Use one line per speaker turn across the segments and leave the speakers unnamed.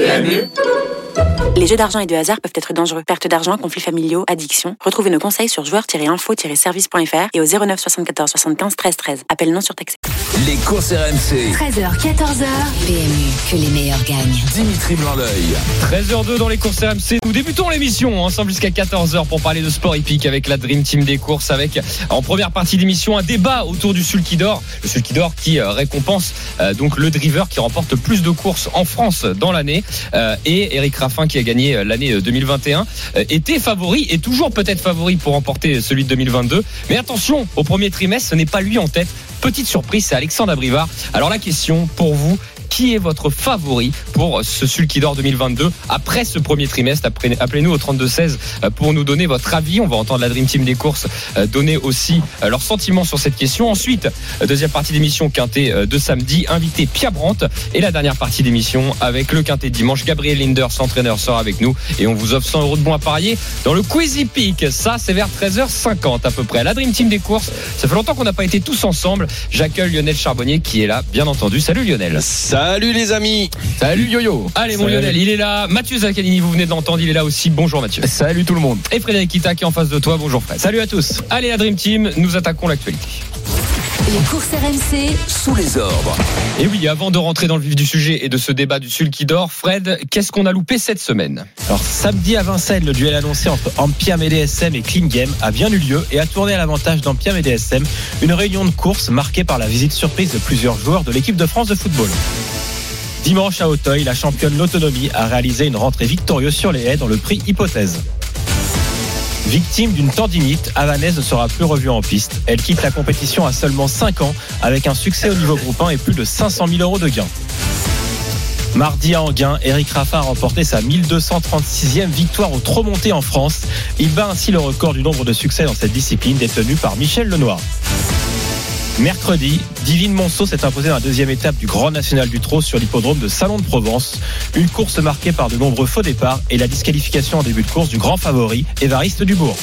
PMU
Les jeux d'argent et de hasard peuvent être dangereux. Perte d'argent, conflits familiaux, addiction. Retrouvez nos conseils sur joueurs-info-service.fr et au 09 74 75 13 13. Appel non surtaxé.
Les courses RMC,
13h, 14h, PMU, que les meilleurs gagnent.
Dimitri Blanc-L'œil.
13h02 dans les courses RMC. Nous débutons l'émission ensemble jusqu'à 14h pour parler de sport hippique avec la Dream Team des courses avec euh, en première partie d'émission un débat autour du Sulky d'Or. Le Sulky d'Or qui euh, récompense euh, donc le driver qui remporte le plus de courses en France dans l'année Euh, et Eric Raffin qui a gagné euh, l'année euh, 2021 euh, était favori et toujours peut-être favori pour remporter celui de 2022. Mais attention, au premier trimestre, ce n'est pas lui en tête. Petite surprise, c'est Alexandre Abrivard. Alors la question pour vous, qui est votre favori pour ce Sulky d'Or 2022 après ce premier trimestre Après- Appelez-nous au 32-16 euh, pour nous donner votre avis. On va entendre la Dream Team des courses euh, donner aussi euh, leurs sentiments sur cette question. Ensuite, euh, deuxième partie d'émission Quintet euh, de samedi, invité Pia Brandt. Et la dernière partie d'émission avec le Quintet de dimanche. Gabriel Linders, entraîneur, sera avec nous et on vous offre 100 euros de bons à parier dans le Quiz Hippique. Ça, c'est vers 13h50 à peu près. La Dream Team des courses, ça fait longtemps qu'on n'a pas été tous ensemble. J'accueille Lionel Charbonnier qui est là, bien entendu. Salut Lionel.
Salut les amis
Salut Yo-Yo. Allez mon
Salut.
Lionel, il est là. Mathieu Zaccalini, vous venez de l'entendre, il est là aussi. Bonjour Mathieu.
Salut tout le monde
Et Frédéric Kita qui est en face de toi. Bonjour Fred. Salut à tous. Allez la Dream Team, nous attaquons l'actualité.
Les courses RMC,
Sous les ordres.
Et oui, avant de rentrer dans le vif du sujet et de ce débat du Sul qui dort, Fred, qu'est-ce qu'on a loupé cette semaine
Alors samedi à Vincennes, le duel annoncé entre Ampiam et DSM et Clean Game a bien eu lieu et a tourné à l'avantage d'Ampiam et DSM, une réunion de course marquée par la visite surprise de plusieurs joueurs de l'équipe de France de football. Dimanche à Auteuil, la championne L'Autonomie a réalisé une rentrée victorieuse sur les haies dans le prix Hypothèse. Victime d'une tendinite, Havanaise ne sera plus revue en piste. Elle quitte la compétition à seulement 5 ans avec un succès au niveau groupe 1 et plus de 500 000 euros de gains. Mardi à Anguin, Eric Raffin a remporté sa 1236e victoire au trop monté en France. Il bat ainsi le record du nombre de succès dans cette discipline détenu par Michel Lenoir. Mercredi, Divine Monceau s'est imposée dans la deuxième étape du Grand National du Trot sur l'hippodrome de Salon de Provence. Une course marquée par de nombreux faux départs et la disqualification en début de course du grand favori, Évariste Dubourg.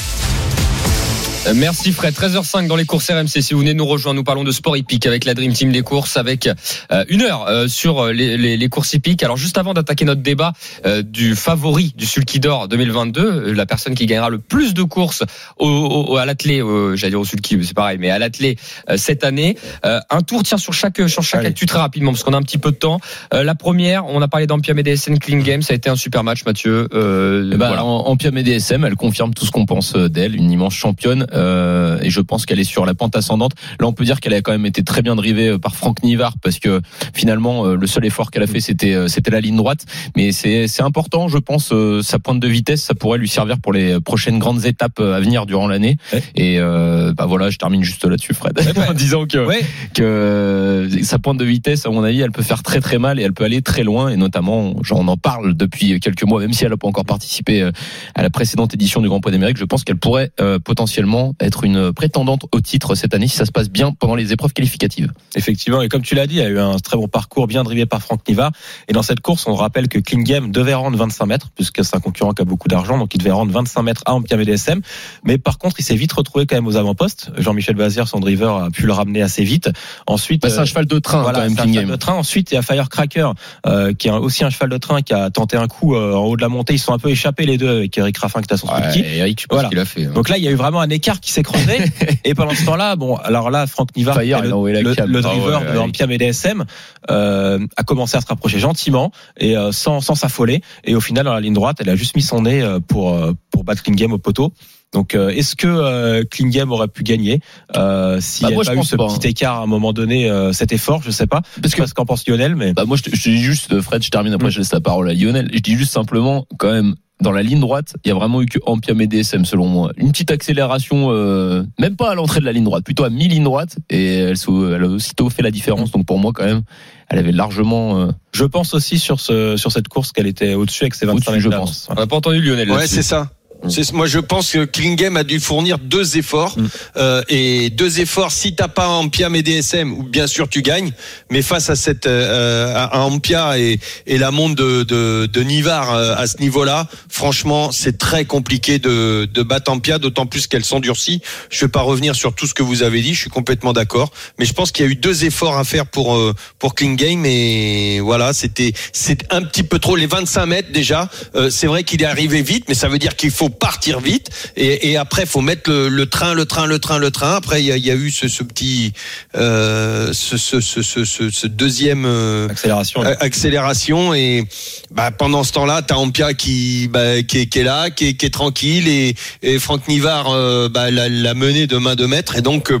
Euh, Merci Fred. 13h05 dans les courses RMC. Si vous venez nous rejoindre, nous parlons de sport hippique avec la Dream Team des courses, avec euh, une heure euh, sur euh, les, les- les courses hippiques. Alors juste avant d'attaquer notre débat euh, du favori du Sulky d'Or 2022, euh, la personne qui gagnera le plus de courses au, au- au- à l'athlé, au- j'allais dire au Sulky, mais c'est pareil, mais à l'athlé euh, cette année. Euh, un tour tient sur chaque sur chaque
Allez.
actu très rapidement parce qu'on a un petit peu de temps. Euh, la première, on a parlé d'Ampiam et DSN Clean Game, ça a été un super match, Mathieu. Euh,
Eh ben,
voilà.
en, en PMDSM, elle confirme tout ce qu'on pense euh, d'elle, une immense championne, euh, et je pense qu'elle est sur la pente ascendante. Là, on peut dire qu'elle a quand même été très bien drivée euh, par Franck Nivard, parce que finalement, euh, le seul effort qu'elle a fait, c'était euh, c'était la ligne droite. Mais c'est c'est important, je pense, euh, sa pointe de vitesse, ça pourrait lui servir pour les prochaines grandes étapes euh, à venir durant l'année.
Ouais.
Et euh, bah voilà, je termine juste là-dessus, Fred, en disant que
Ouais.
que euh, sa pointe de vitesse, à mon avis, elle peut faire très très mal et elle peut aller très loin. Et notamment, j'en en parle depuis quelques mois, même si elle n'a pas encore participé euh, à la précédente édition du Grand Prix d'Amérique, je pense qu'elle pourrait euh, potentiellement être une prétendante au titre cette année si ça se passe bien pendant les épreuves qualificatives.
Effectivement, et comme tu l'as dit, il y a eu un très bon parcours bien drivé par Franck Niva. Et dans cette course, on rappelle que Klingem devait rendre 25 mètres, puisque c'est un concurrent qui a beaucoup d'argent, donc il devait rendre 25 mètres à Ampia DSM. Mais par contre, il s'est vite retrouvé quand même aux avant-postes. Jean-Michel Bazir, son driver, a pu le ramener assez vite. Ensuite, euh,
Bah, c'est un cheval de train
voilà,
quand même,
c'est un
King
cheval
Game.
de train. Ensuite, il y a Firecracker, euh, qui est un- aussi un cheval de train, qui a tenté un coup euh, en haut de la montée. Ils sont un peu échappés les deux avec Eric Raffin qui t'a son
Ouais,
speed kick.
et Eric, je pense
Voilà.
qu'il a fait. hein.
Donc là, il y a eu vraiment un écart qui s'est creusé. et pendant ce temps-là, bon, alors là, Franck Nivard,
Fire,
qui est
il
le,
a envoyé la
le-
cam.
le
Ah ouais,
driver de
ouais.
l'Ampiam et DSM, euh, a commencé à se rapprocher gentiment et euh, sans sans s'affoler. Et au final, dans la ligne droite, elle a juste mis son nez euh, pour euh, pour battre Klingem au poteau. Donc, euh, est-ce que euh, Klingem aurait pu gagner euh, s'il
Bah,
n'y
moi,
avait
je
pas eu
pense
ce
pas,
petit écart à un moment donné, euh, cet effort Je sais pas.
Parce
Parce
que
que ce qu'en pense Lionel, mais
Bah moi, je, te- je te dis juste, Fred, je termine après,
Mm.
je laisse la parole à Lionel. Je dis juste simplement, quand même, dans la ligne droite, il y a vraiment eu que Ampiam et DSM, selon moi. Une petite accélération, euh, même pas à l'entrée de la ligne droite, plutôt à mi-ligne droite, et elle, s'au- elle a aussitôt fait la différence. Donc pour moi, quand même, elle avait largement euh,
je pense aussi sur ce sur cette course qu'elle était au-dessus avec ses 25
au-dessus, je
mètres d'avance.
pense.
On n'a pas entendu Lionel.
Ouais
là-dessus.
c'est ça C'est- Moi, je pense que Klingem a dû fournir deux efforts.
Mm.
Euh, et deux efforts, si t'as pas Ampia et DSM, ou bien sûr tu gagnes, mais face à cette euh, à à Ampia et, et la montre de, de, de Nivard euh, à ce niveau-là, franchement, c'est très compliqué de, de battre Ampia, d'autant plus qu'elle s'endurcit. Je vais pas revenir sur tout ce que vous avez dit, je suis complètement d'accord. Mais je pense qu'il y a eu deux efforts à faire pour euh, pour Clean Game et voilà, c'était c'est un petit peu trop les 25 mètres déjà. Euh, c'est vrai qu'il est arrivé vite, mais ça veut dire qu'il faut partir vite et, et après faut mettre le, le train, le train, le train, le train. Après il y a, il y a eu ce, ce petit euh, ce, ce, ce, ce, ce- ce deuxième euh,
Accélération.
a- accélération et bah, pendant ce temps-là t'as Ampia qui bah, qui, est, qui est là qui est, qui est tranquille et, et Franck Nivard euh, bah, l'a, l'a mené de main de maître et donc euh,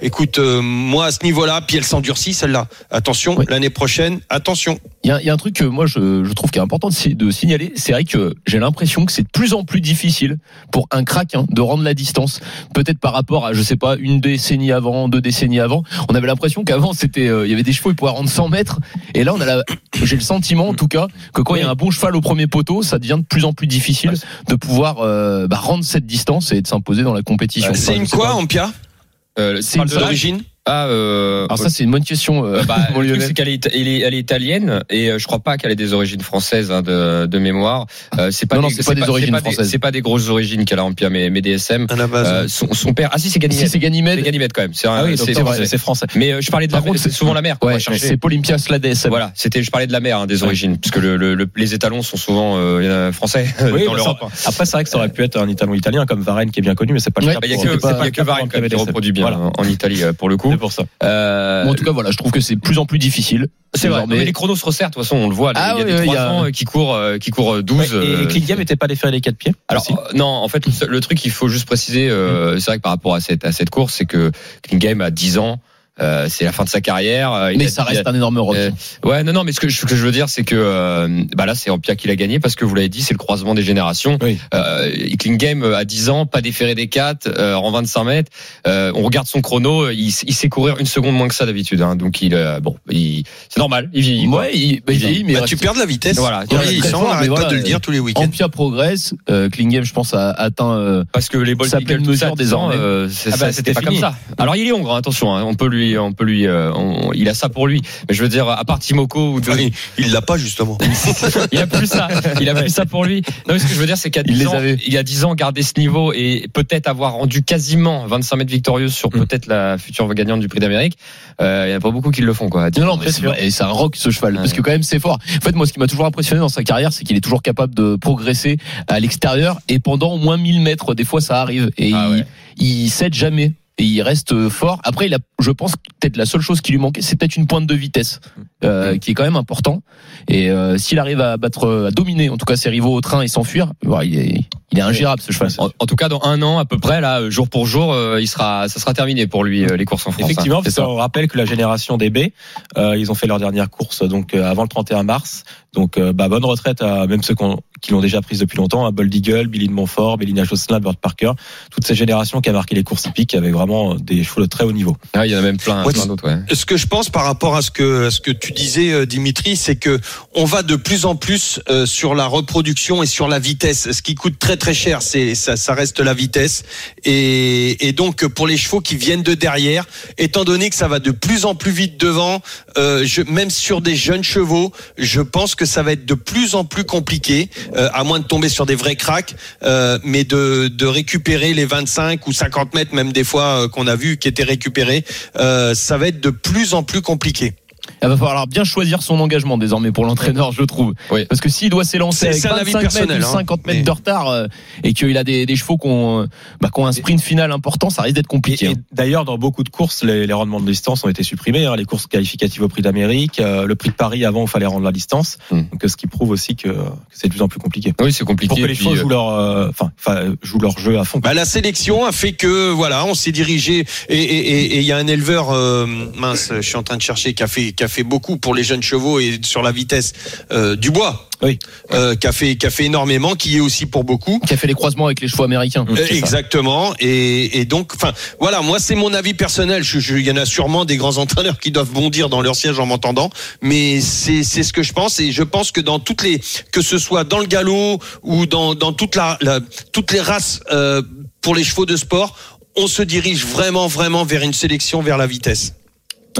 écoute euh, moi à ce niveau-là puis elle s'endurcit celle-là attention
Oui.
l'année prochaine attention
Il y a, il y a un truc que moi je, je trouve qui est important de, si- de signaler, c'est vrai que j'ai l'impression que c'est de plus en plus difficile pour un crack hein, de rendre la distance. Peut-être par rapport à, je sais pas, une décennie avant, deux décennies avant, on avait l'impression qu'avant c'était, euh, il y avait des chevaux ils pouvaient rendre 100 mètres, et là on a, la- j'ai le sentiment en tout cas que quand il y a un bon cheval au premier poteau, ça devient de plus en plus difficile de pouvoir euh, bah, rendre cette distance et de s'imposer dans la compétition.
c'est
Enfin,
une
je sais
quoi
pas.
Ampia
Euh,
Ah, C'est une
parle de l'âge.
d'origine
Ah, euh,
Alors ça c'est une bonne question. euh,
Bah,
mon
le truc,
Lionel.
c'est qu'elle est, ita- elle est- elle est italienne et euh, je crois pas qu'elle ait des origines françaises hein, de, de mémoire. Euh, c'est pas,
Non, non,
des-
c'est pas des
c'est
origines
pas des-
françaises.
C'est pas des grosses origines qu'elle a en Pia, mais, mais DSM.
un Amazon.
Euh, son, son père. Ah si, c'est
Si
Ganymède.
c'est
c'est
Ganymède,
Ganymède quand même. C'est un-
Ah oui, donc
c'est
c'est
français.
vrai, c'est français.
Mais euh, je parlais de la
Par
mère,
contre,
c'est
c'est-
souvent la mère. qu'on
ouais,
va chercher.
c'est Polympias la DSM.
Voilà, c'était. Je parlais de la mère hein, des origines, puisque le, le- le- les étalons sont souvent euh, français
Oui,
dans
bah,
l'Europe. hein.
ça- Après, c'est vrai que ça aurait pu être un Italien italien comme Varenne qui est bien connu, mais c'est pas le
Ouais,
cas.
Il n'y a
pour-
que,
c'est
c'est pas
le
que
cas pour
Varane quand même, qui
MPDSM.
reproduit bien
Voilà.
hein, en Italie euh, pour le coup.
C'est pour ça.
Euh,
Bon, en tout cas, voilà, je trouve que c'est de plus en plus difficile.
c'est vrai.
désormais.
Mais les chronos se resserrent. De toute façon, on le voit. là,
Ah
il y a
oui,
des
oui, il y a-
300 qui courent, euh, qui courent 12.
Ouais,
euh,
et Klingam n'était pas déféré les quatre pieds.
Alors
aussi.
euh, non, en fait, le, seul- le truc qu'il faut juste préciser, euh,
Mm.
c'est vrai que par rapport à cette à cette course, c'est que Klingheim a 10 ans, euh, c'est la fin de sa carrière. euh, il
mais
a-
ça
il a-
reste un énorme rock.
euh, ouais, non, non, mais ce que, je- ce que je veux dire, c'est que euh, bah là, c'est Ampia qui l'a gagné parce que vous l'avez dit, c'est le croisement des générations.
Oui.
Euh, Klingheim euh, à 10 ans, pas déféré des 4 euh, en 25 mètres. Euh, on regarde son chrono, euh, il, s- il sait courir une seconde moins que ça d'habitude. Hein, donc il, euh, bon, il, c'est normal, il vieillit. quoi.
ouais, il, bah, il vieillit, mais
Bah,
il
tu
reste-
perds de la vitesse
Voilà,
En
Ouais,
vieillissant,
très
on
fort,
n'arrête
mais
pas
voilà, euh,
de le dire tous les week-ends
Ampia progresse. Euh, Klingem, je pense, a atteint. euh,
Parce que les Bolt
Ça
Eagles,
s'appelle
tout ça,
mesure désormais.
euh, c'est-
Ah
ça,
bah,
c'était
c'était
pas comme
fini.
ça. Alors il est hongre, hein, attention, hein, on peut lui, on peut lui, euh, on- il a ça pour lui. Mais je veux dire, à part Timoko ou de-
Enfin, il- il l'a pas justement
il a plus ça, il a plus ça pour lui. Non, mais ce que je veux dire, c'est qu'à
Il
10
les
ans,
avait.
il y a 10 ans, garder ce niveau et peut-être avoir rendu quasiment 25 mètres victorieux sur peut-être la future gagnante du Prix d'Amérique. euh, il y a pas beaucoup qui le font, quoi. à 10
Non,
ans.
non, mais c'est vrai, et c'est un rock ce cheval, parce que quand même c'est fort. En fait, moi, ce qui m'a toujours impressionné dans sa carrière, c'est qu'il est toujours capable de progresser à l'extérieur et pendant au moins 1000 mètres, des fois ça arrive. Et
Ah
il,
ouais.
il cède jamais. Et il reste euh, fort. Après, il a, je pense que peut-être la seule chose qui lui manquait, c'est peut-être une pointe de vitesse, euh, qui est quand même important. Et euh, s'il arrive à battre, euh, à dominer, en tout cas ses rivaux au train et s'enfuir, bah, il est, il est ingérable ce cheval.
En, en tout cas, dans un an à peu près, là, euh, jour pour jour, euh, il sera, ça sera terminé pour lui euh, les courses en France.
Effectivement,
hein.
parce
C'est ça.
qu'on rappelle que la génération des B, euh, ils ont fait leur dernière course donc euh, avant le 31 mars. Donc euh, bah, bonne retraite à même ceux qu'on- qui l'ont déjà prise depuis longtemps, à Bold Eagle, Billy de Montfort, Bellina Jocelyn, Bird Parker, toutes ces générations qui a marqué les courses hippiques avec vraiment des chevaux de très haut niveau.
Ah, il y en a même plein,
Moi,
plein
tu-
d'autres. Ouais.
ce que je pense par rapport à ce que à ce que tu disais euh, Dimitri, c'est que on va de plus en plus euh, sur la reproduction et sur la vitesse. Ce qui coûte très très cher, c'est ça, ça reste la vitesse. Et, et donc pour les chevaux qui viennent de derrière, étant donné que ça va de plus en plus vite devant, euh, je, même sur des jeunes chevaux, je pense que ça va être de plus en plus compliqué, euh, à moins de tomber sur des vrais cracks, euh, mais de, de récupérer les 25 ou 50 mètres même des fois euh, qu'on a vu qui étaient récupérés euh, ça va être de plus en plus compliqué.
Il va falloir bien choisir son engagement désormais pour l'entraîneur, je trouve.
Oui.
Parce que s'il doit s'élancer
C'est-
avec
c'est un avis
25 mètres
personnel,
ou
hein.
50 mètres
Mais-
de retard euh, et qu'il a des, des chevaux qui ont, euh, bah, qui ont un sprint final important, ça risque d'être compliqué. hein.
Et- et D'ailleurs, dans beaucoup de courses, les, les rendements de distance ont été supprimés. hein. les courses qualificatives au Prix d'Amérique, euh, le Prix de Paris avant, il fallait rendre la distance.
Hmm.
Donc, euh, ce qui prouve aussi que, que c'est de plus en plus compliqué.
Oui, c'est compliqué.
Pour que les
et puis,
chevaux
euh,
jouent leur, euh, enfin, enfin, jouent leur jeu à fond.
Bah, la sélection a fait que voilà, on s'est dirigé et et- et- et il y a un éleveur euh, mince, je suis en train de chercher qui a fait qui a a fait beaucoup pour les jeunes chevaux et sur la vitesse euh, Dubois.
Oui.
Euh, qui a fait qui a fait énormément, qui est aussi pour beaucoup.
Qui a fait les croisements avec les chevaux américains.
Euh,
C'est ça.
Exactement. Et, et donc, enfin, voilà, moi, c'est mon avis personnel. Je- je- Il y en a sûrement des grands entraîneurs qui doivent bondir dans leur siège en m'entendant, mais c'est c'est ce que je pense. Et je pense que dans toutes les, que ce soit dans le galop ou dans, dans toute la, la- toutes les races euh, pour les chevaux de sport, on se dirige vraiment, vraiment vers une sélection vers la vitesse.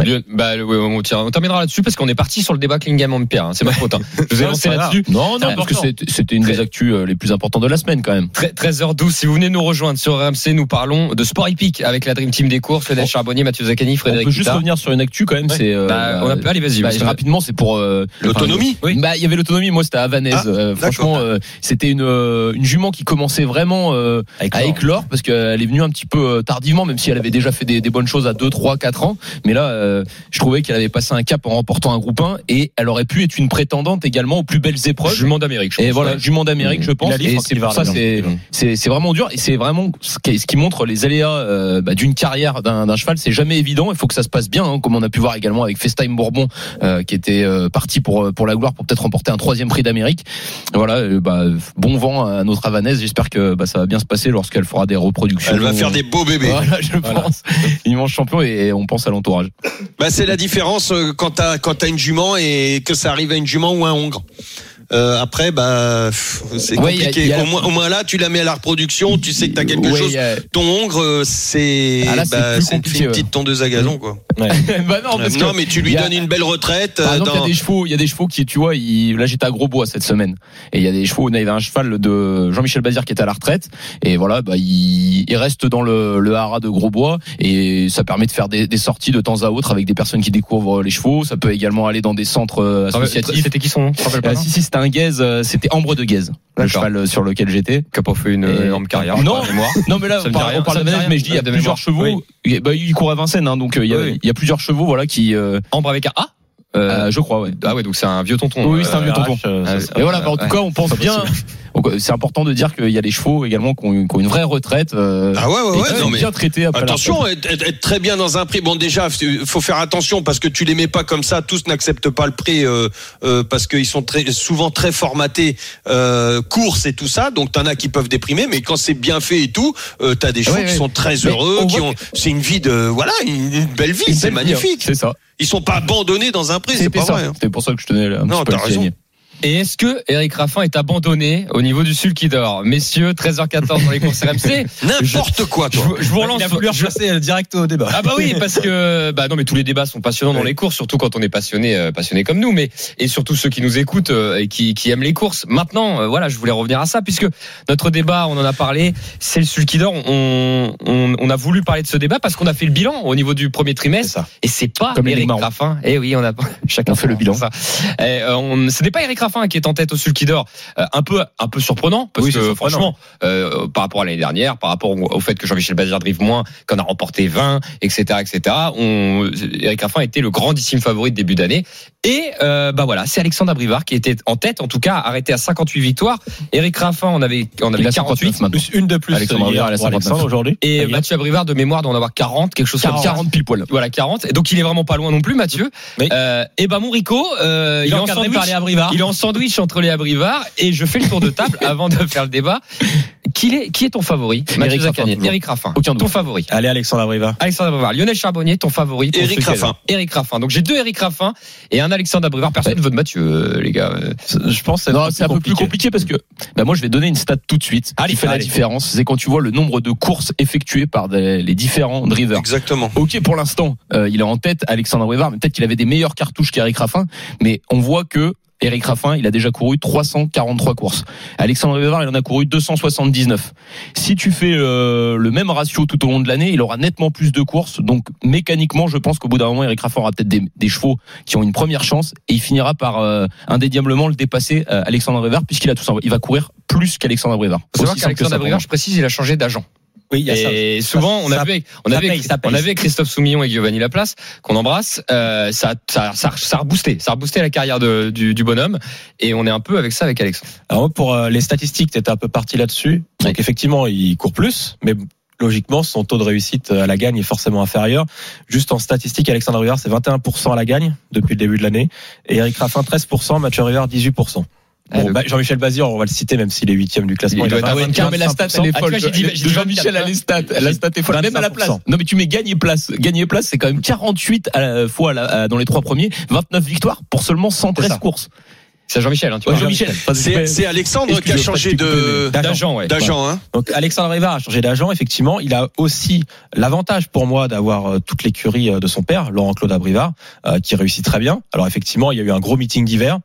Lyon- bah, ouais, ouais, on, tient- on terminera là-dessus parce qu'on est parti sur le débat Klingam Ampère. hein. C'est ma faute. hein. Je vous ai
Non,
lancé
c'est pas
là-dessus.
Non, non,
Très
parce que
important.
c'est- c'était une des
Très-
actus euh, les plus importantes de la semaine quand même.
13h12, si vous venez nous rejoindre sur RMC, nous parlons de sport hippique avec la Dream Team des courses, Fedel Charbonnier, Mathieu Zaccani,
On
Frédéric
peut juste
Guitard.
revenir sur une actu quand même.
Ouais.
C'est euh,
Bah, on
la-
a pas, allez, vas-y.
Bah,
parce que-
rapidement, c'est pour euh,
L'autonomie
enfin, le- Bah, il y avait l'autonomie. Moi, c'était Havanaise.
Ah,
Euh, franchement, euh, c'était une euh, une jument qui commençait vraiment euh,
Avec
à
l'or.
éclore parce qu'elle est venue un petit peu euh, tardivement, même si elle avait déjà fait des, des bonnes choses à 2, 3, 4 ans. Mais là, euh, je trouvais qu'elle avait passé un cap en remportant un groupe 1 et elle aurait pu être une prétendante également aux plus belles épreuves.
Jument d'Amérique. je
Et
pense,
voilà,
ouais. Mmh.
jument d'Amérique, je pense.
Il a dit
Et
Franck
c'est
Rivard,
pour ça,
là,
c'est c'est c'est vraiment dur et c'est vraiment ce qui, ce qui montre les aléas euh, bah, d'une carrière d'un d'un cheval. C'est jamais évident. Il faut que ça se passe bien, hein, comme on a pu voir également avec Festime Bourbon, euh, qui était euh, parti pour euh, pour la gloire, pour peut-être remporter un troisième prix d'Amérique. Voilà, euh, bah, bon vent à notre Havanaise. J'espère que bah, ça va bien se passer lorsqu'elle fera des reproductions.
Elle va faire des beaux bébés.
Voilà, je
Voilà.
pense. Immense champion et on pense à l'entourage.
Bah, c'est la différence euh, quand t'as quand t'as une jument et que ça arrive à une jument ou un hongre. Euh, après, bah, pff, c'est
Ouais,
compliqué.
y a- y a-
Au, moins, au moins là, tu la mets à la reproduction, tu sais que t'as quelque
Ouais,
chose.
il y a-
Ton hongre, euh, c'est bah,
Ah, là, c'est plus
c'est une
compliqué, ouais.
petite tondeuse à gazon, quoi.
Bah non, parce que-
non, mais tu lui
il y a-
donnes une belle retraite.
Par
euh,
exemple, Bah il y
dans-
a des chevaux, il y a des chevaux qui, tu vois, ils- là j'étais à Grosbois cette semaine, et il y a des chevaux. On avait un cheval de Jean-Michel Bazir qui est à la retraite, et voilà, bah, il, il reste dans le, le haras de Grosbois, et ça permet de faire des, des sorties de temps à autre avec des personnes qui découvrent les chevaux. Ça peut également aller dans des centres euh,
Ah ouais,
associatifs.
C'était qui son nom Je me rappelle pas,
Euh,
non
si si, c'était un gaze, euh, c'était Ambre de Gaze, le
D'accord.
cheval euh, sur lequel j'étais.
Qui a pas fait une
Et-
euh, énorme carrière. je
Non.
crois, de mémoire.
Non mais là
Ça
on
me dit
parle,
rien,
on parle
ça
de
me dit
Vanesse,
rien,
mais je dis il y a
de
plusieurs
mémoire.
chevaux. Et Bah, il court à Vincennes, hein, donc euh, il y, a,
Oui.
il y a plusieurs chevaux, voilà, qui, euh,
Ambre avec un A
euh, je crois, ouais.
Ah ouais, donc c'est un vieux tonton.
Oui, oui, c'est un
Euh,
vieux tonton.
euh,
Mais voilà, bah, en tout
ouais.
cas, on pense
C'est
bien. Donc, euh, C'est important de dire qu'il y a les chevaux également qui ont une, qui ont une vraie retraite. euh,
Ah ouais, ouais,
et
ouais,
qui
non,
sont
mais-
bien traités après la
Attention,
retraite.
être, être- être très bien dans un prix. Bon, déjà, f- faut faire attention parce que tu les mets pas comme ça. Tous n'acceptent pas le prix euh, euh, parce qu'ils sont très, souvent très formatés euh, courses et tout ça. Donc, t'en as qui peuvent déprimer, mais quand c'est bien fait et tout, euh, t'as des chevaux
Ouais,
qui
ouais.
sont très
Mais
heureux,
on
qui
voit
ont. C'est une vie de, voilà, une, une belle vie. C'est
Une belle vie, hein.
magnifique.
C'est ça.
Ils sont pas abandonnés dans un prix. C'est
C'était
pas
ça.
vrai. hein.
C'était pour ça que je tenais un
Non,
petit peu
t'as
à le
raison.
signaler.
Et est-ce que Eric Raffin est abandonné au niveau du sulky d'or Messieurs, 13h14 dans les courses RMC.
N'importe quoi,
Je,
toi.
vous- je vous relance.
Il a voulu
je-
replacer euh, direct au débat.
Ah bah oui, parce que bah non, mais tous les débats sont passionnants dans
Ouais.
les courses, surtout quand on est passionné, euh, passionné comme nous, mais et surtout ceux qui nous écoutent euh, et qui, qui aiment les courses. Maintenant, euh, voilà, je voulais revenir à ça puisque notre débat, on en a parlé, c'est le sulky d'or. On, on, on a voulu parler de ce débat parce qu'on a fait le bilan au niveau du premier trimestre
ça.
et c'est pas
Comme les
Eric
Marrons.
Raffin. Eh oui, on a chacun
On fait le bilan.
Ça. Eh, euh, on- ce n'est pas Eric Raffin qui est en tête au sulky d'or. Euh, un peu, un peu surprenant parce
Oui, c'est
que
surprenant.
franchement, euh, par rapport à l'année dernière, par rapport au, au fait que Jean-Michel Bazir drive moins, qu'on a remporté 20, etc., etc. On, Eric Raffin était le grandissime favori de début d'année. Et euh, bah voilà, c'est Alexandre Abrivard qui était en tête, en tout cas arrêté à 58 victoires. Eric Raffin, on avait, on avait
Il a
48.
58 maintenant.
Plus une de plus euh,
Alexandre
hier
Aguilar, elle a
pour
59.
Alexandre aujourd'hui.
Et
Aguilar.
Mathieu Abrivard, de mémoire, doit en avoir 40, quelque chose comme
40,
40.
pile poil.
Voilà, 40. Et donc il est vraiment pas loin non plus, Mathieu.
Oui.
Euh, et ben mon Rico, euh, il, est en
encadré
sandwich.
par les Abrivard.
Il est en sandwich entre les Abrivard et je fais le tour de table avant de faire le débat. Qui est, qui est ton favori Mathieu
Eric Raffin,
Zaccagné.
toujours.
Eric Raffin.
Aucun doute.
Ton favori.
Allez, Alexandre Abriva.
Alexandre Abrivard, Lionel Charbonnier, ton favori. ton
Eric
secret.
Raffin.
Eric Raffin. Donc j'ai deux Eric Raffin et un Alexandre Abrivard. Personne ne veut de Mathieu, euh, les gars. Euh,
Je pense que
Non, c'est un peu plus compliqué parce que bah moi je vais donner une stat tout de suite
Allez,
qui fait la
allez.
différence. C'est quand tu vois le nombre de courses effectuées par des- les différents drivers.
Exactement.
Ok, pour l'instant, euh, il est en tête, Alexandre Wevar, mais peut-être qu'il avait des meilleures cartouches qu'Eric Raffin. Mais on voit que Eric Raffin, il a déjà couru 343 courses. Alexandre Wevar, il en a couru 279. Si tu fais euh, le même ratio tout au long de l'année, il aura nettement plus de courses. Donc mécaniquement, je pense qu'au bout d'un moment, Eric Raffin aura peut-être des, des chevaux qui ont une première chance et il finira par euh, indéniablement le dépasser euh, Alexandre Wevar puisqu'il a tout ça. Il va courir plus qu'Alexandre Wevar.
Faut savoir
Aussi simple que
qu'Alexandre
ça pour moi.
Abrivard, je précise, il a changé d'agent.
Oui, il y a ça.
Et souvent, on a
ça-
vu, avec- on
ça
a vu, avec-
paye, ça paye.
on a vu avec Christophe Soumillon et Giovanni Laplace, qu'on embrasse, euh, ça, ça, ça, ça a reboosté, ça a reboosté la carrière de- du, du bonhomme. Et on est un peu avec ça
Ah,
avec Alexandre.
Alors moi, pour euh, les statistiques, t'étais un peu parti là-dessus. Donc effectivement, il court plus, mais logiquement, son taux de réussite euh, à la gagne est forcément inférieur. Juste en statistique, Alexandre Rivard, c'est 21% à la gagne depuis le début de l'année. Et Eric Raffin, 13%, Mathieu Rivard, 18%.
Ah,
Bon,
le-
bah, Jean-Michel Bazir, on va le citer, même s'il est huitième du classement.
Il doit
a
être à 24, mais la stat, elle
25%.
est folle.
Ah, tu vois, j'ai dit- j'ai dit
Jean-Michel a les stats. La stat est folle. Même à la place.
25%.
Non, mais tu mets gagner place. Gagner place, c'est quand même 48 à la fois à la- à- dans les trois premiers, 29 victoires pour seulement
C'est
113
ça.
courses.
C'est Jean-Michel, hein, tu
Ouais,
vois.
Jean-Michel.
C'est c'est Alexandre qui a
Excusez-moi,
changé
je t'ai coupé,
de
mais-
D'agent, ouais.
d'agent. Hein.
Donc Alexandre Rivard a changé d'agent, effectivement. Il a aussi l'avantage pour moi d'avoir euh, toute l'écurie euh, de son père, Laurent-Claude Abrivard, euh, qui réussit très bien. Alors effectivement, il y a eu un gros meeting d'hiver.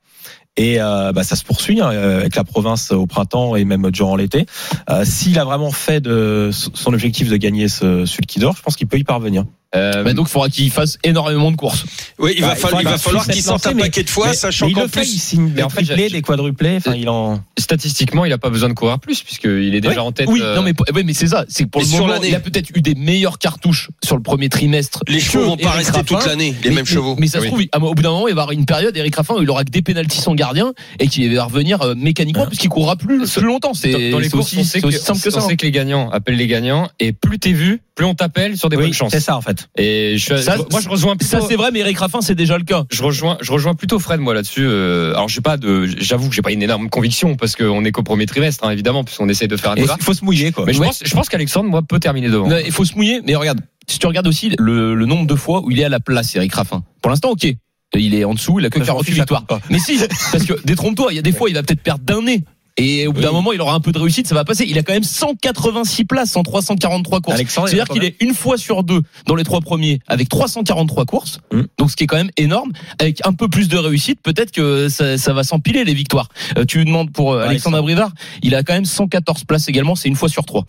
Et euh, bah, ça se poursuit hein, euh, avec la province au printemps et même durant l'été. Euh, S'il a vraiment fait de son objectif de gagner ce Sulky d'or, je pense qu'il peut y parvenir.
Euh,
Bah, donc, il faudra qu'il fasse énormément de courses.
Oui, il
Bah,
va, falloir- il va falloir
suivre
qu'il
cette
sorte un
lancée, mais-
paquet de fois,
mais-
sachant
mais il
qu'en
le fait,
plus.
il signe
Mais
des
en fait,
triplés,
je-
des quadruplés. Enfin,
Et-
il en.
statistiquement, il a pas besoin de courir plus puisqu'il est déjà en tête.
Oui,
euh,
non, mais, pour- ouais, mais c'est ça. C'est que pour
Mais
le
sur
moment,
l'année.
il a peut-être eu des meilleures cartouches sur le premier trimestre.
Les
que
chevaux vont pas
Eric
rester
Raffin.
toute l'année, les
Mais-
mêmes
mais-
chevaux.
Mais ça se
Oui.
trouve, il- au bout d'un moment, il va y avoir une période, Eric Raffin, où il aura que des pénalties sans gardien et qu'il va revenir euh, mécaniquement puisqu'il courra plus, plus longtemps. C'est
dans les
c'est
courses,
aussi,
on sait
c'est
que,
aussi simple que ça. hein.
on sait que les gagnants appellent les gagnants et plus t'es vu, plus on t'appelle sur des
Oui,
bonnes chances.
c'est ça en fait.
Et je, suis-
Ça,
moi, je rejoins plutôt.
Ça, c'est vrai, mais Eric Raffin, c'est déjà le cas.
je rejoins, je rejoins plutôt Fred moi là-dessus. Euh, alors j'ai pas de, j'avoue que j'ai pas une énorme conviction parce qu'on est qu'au premier trimestre hein, évidemment puisqu'on essaye de faire un
Il
débat.
faut se mouiller quoi. Bah,
Mais je
Ouais.
pense, je pense qu'Alexandre moi peut terminer devant.
Non, Il faut se mouiller, mais regarde, si tu regardes aussi le, le nombre de fois où il est à la place, Eric Raffin. Pour l'instant, ok. Il est en dessous, il a que
Je
48
refuse la
victoires.
coupe,
Mais si, parce que détrompe-toi, il y a des fois, il va peut-être perdre d'un nez. Et au bout d'un moment, il aura un peu de réussite, ça va passer. Il a quand même 186 places en 343 courses.
Alexandre,
C'est-à-dire
il a
qu'il est une fois sur deux dans les trois premiers avec 343 courses,
Mhm.
donc ce qui est quand même énorme. Avec un peu plus de réussite, peut-être que ça, ça va s'empiler les victoires. Euh, tu demandes pour euh,
Ouais,
Alexandre Abrivard, il a quand même 114 places également, c'est une fois sur trois.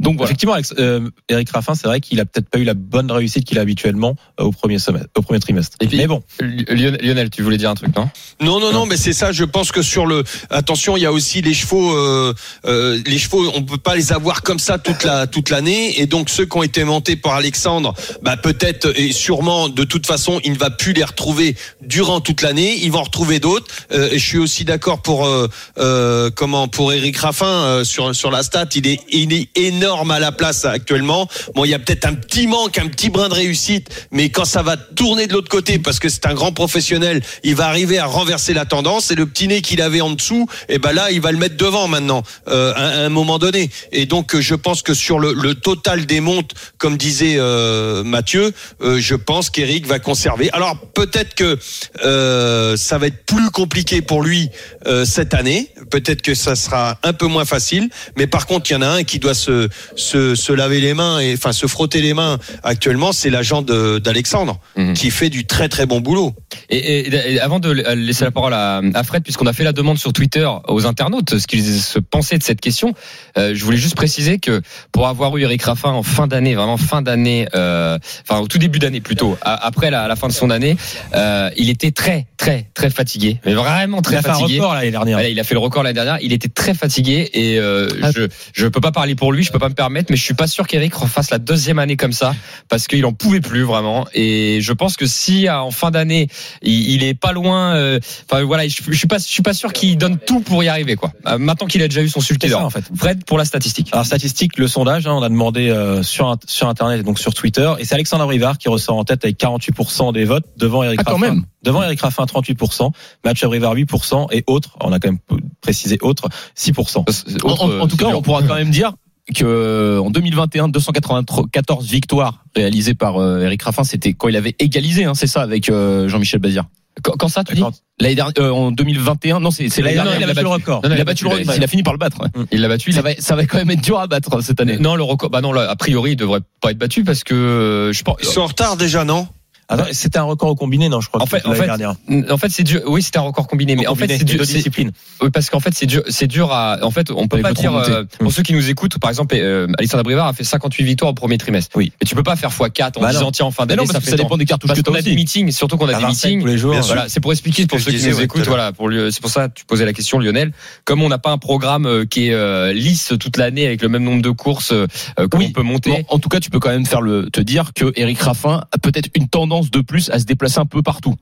Donc voilà.
Effectivement, Alex, euh, Eric Raffin, c'est vrai qu'il a peut-être pas eu la bonne réussite qu'il a habituellement euh, au premier semestre, au premier trimestre.
Et puis-
mais bon,
Lion- Lionel, tu voulais dire un truc non
Non, non, non, mais c'est ça. Je pense que sur le attention, il y a aussi les chevaux. euh, euh, les chevaux, on peut pas les avoir comme ça toute la toute l'année. Et donc ceux qui ont été montés par Alexandre, bah peut-être et sûrement de toute façon, il ne va plus les retrouver durant toute l'année. Il va en retrouver d'autres. Euh, et je suis aussi d'accord pour euh, euh, comment pour Eric Raffin euh, sur sur la stat. Il est il est énorme à la place actuellement. Bon, il y a peut-être un petit manque, un petit brin de réussite, mais quand ça va tourner de l'autre côté, parce que c'est un grand professionnel, il va arriver à renverser la tendance. Et le petit nez qu'il avait en dessous, et ben là, il va le mettre devant maintenant, euh, à, à un moment donné. Et donc, euh, je pense que sur le, le total des montes, comme disait euh, Mathieu, euh, je pense qu'Eric va conserver. Alors peut-être que euh, ça va être plus compliqué pour lui euh, cette année. Peut-être que ça sera un peu moins facile. Mais par contre, il y en a un qui doit se, se, se laver les mains et enfin se frotter les mains actuellement, c'est l'agent de- d'Alexandre
Mhm.
qui fait du très très bon boulot.
Et, et- et avant de laisser la parole à, à Fred, puisqu'on a fait la demande sur Twitter aux internautes, ce qu'ils se pensaient de cette question, euh, je voulais juste préciser que pour avoir eu Eric Raffin en fin d'année, vraiment fin d'année, euh, enfin au tout début d'année plutôt, a- après la, la fin de son année, euh, il était très très très fatigué, mais vraiment
il
très
a fait un
fatigué.
record l'année dernière.
Voilà, il a fait le record l'année dernière. Il était très fatigué et euh,
Ah.
je je peux pas parler pour lui, je peux pas me permettre, mais je suis pas sûr qu'Eric refasse la deuxième année comme ça parce qu'il en pouvait plus vraiment. Et je pense que si ah, en fin d'année il, il est pas loin, euh, enfin voilà, je, je suis pas je suis pas sûr qu'il donne tout pour y arriver quoi. Euh, Maintenant qu'il a déjà eu son
C'est ça
sultidor.
en fait.
Fred pour la statistique.
Ah.
Alors statistique, le sondage, hein, on a demandé euh, sur int- sur internet et donc sur Twitter, et c'est Alexandre Abrivard qui ressort en tête avec 48% des votes devant Eric
Ah, quand
Raffin.
même.
Devant Eric Raffin 38%, Mathieu Abrivard 8% et autres, on a quand même p- précisé autres 6%.
En-
Autre,
en, en tout
c'est
cas,
dur.
on pourra quand même dire que euh, en 2021, 294 victoires réalisées par euh, Eric Raffin, c'était quand il avait égalisé, hein, c'est ça, avec euh, Jean-Michel Bazir.
quand, quand ça tu dis
Quand-
L'année dernière, euh, en 2021, non, c'est c'est l'année
Non, non,
dernière.
il a
il a
battu le
battu-
record.
Non, non,
il a battu le record, il a fini par le battre. ouais.
il l'a battu. il
Ça
a-
va, ça va quand même être dur à battre hein, cette année.
Non le record, bah non là, a priori il devrait pas être battu parce que euh, je pense.
Ils sont en retard déjà, non
Attends, Ah c'était un record au combiné, non, je crois.
En
que
fait-
c'était
en
l'année
fait,
dernière.
En fait c'est dur. Oui c'était un record combiné, mais en fait
Combiné,
c'est
les
dur.
deux
c'est-
disciplines.
Oui, parce qu'en fait, c'est dur, c'est dur à. En fait, on peut
Avec
pas
votre
dire.
remontée.
euh, pour ceux qui nous écoutent, par exemple, euh, Alexandre Abrivard a fait 58 victoires au premier trimestre.
Oui.
Mais tu peux pas faire x4 en
Bah non.
disant tiens en fin
Mais
d'année.
non, parce que
fait
ça
tant.
dépend des cartouches
Parce
que
qu'on
t'as
a des
aussi.
meetings, surtout qu'on a
À
des
Vincennes,
meetings.
tous les jours.
Bien sûr.
Voilà, c'est pour expliquer pour
Ce que
ceux
je
qui
disais,
nous
ouais,
écoutent.
tout à l'heure.
Voilà, pour lui- c'est pour ça que tu posais la question, Lionel. Comme on n'a pas un programme euh, qui est euh, lisse toute l'année avec le même nombre de courses euh, qu'on
Oui.
peut monter.
Bon, en tout cas, tu peux quand même faire le te dire que Eric Raffin a peut-être une tendance de plus à se déplacer un peu partout.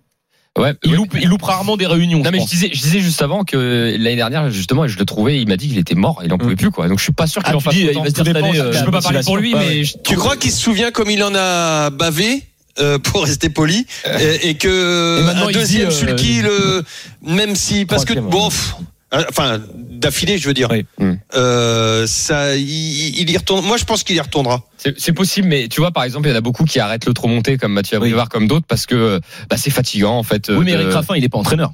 Ouais,
Il
ouais.
loupe, il loupe rarement des réunions.
Non
je
mais je
pense.
disais, je disais juste avant que l'année dernière justement je le trouvais, il m'a dit qu'il était mort, il en pouvait
Mm.
plus quoi. Donc je suis pas sûr
Ah,
qu'il en
tu
fasse
dis,
autant.
il va se dire
Tout
cette
dépend,
année,
ça.
euh,
je peux pas parler
motivation.
pour lui,
Ah,
mais
ouais.
je-
Tu crois qu'il se souvient comme il en a bavé euh, pour rester poli et, et que
Et maintenant,
un
il dit,
deuxième
euh,
Sulky le même si parce que
Troisième,
bon
ouais.
pff, hein, enfin d'affilée je veux dire
Oui.
Mm.
Euh, ça il, il y retourne moi je pense qu'il y retournera
c'est c'est possible. Mais tu vois par exemple, il y en a beaucoup qui arrêtent le trop monté comme Mathieu
Oui.
Abrivard, comme d'autres parce que euh, bah, c'est fatigant en fait. euh,
Oui, mais Eric
de-
Raffin, il est pas entraîneur.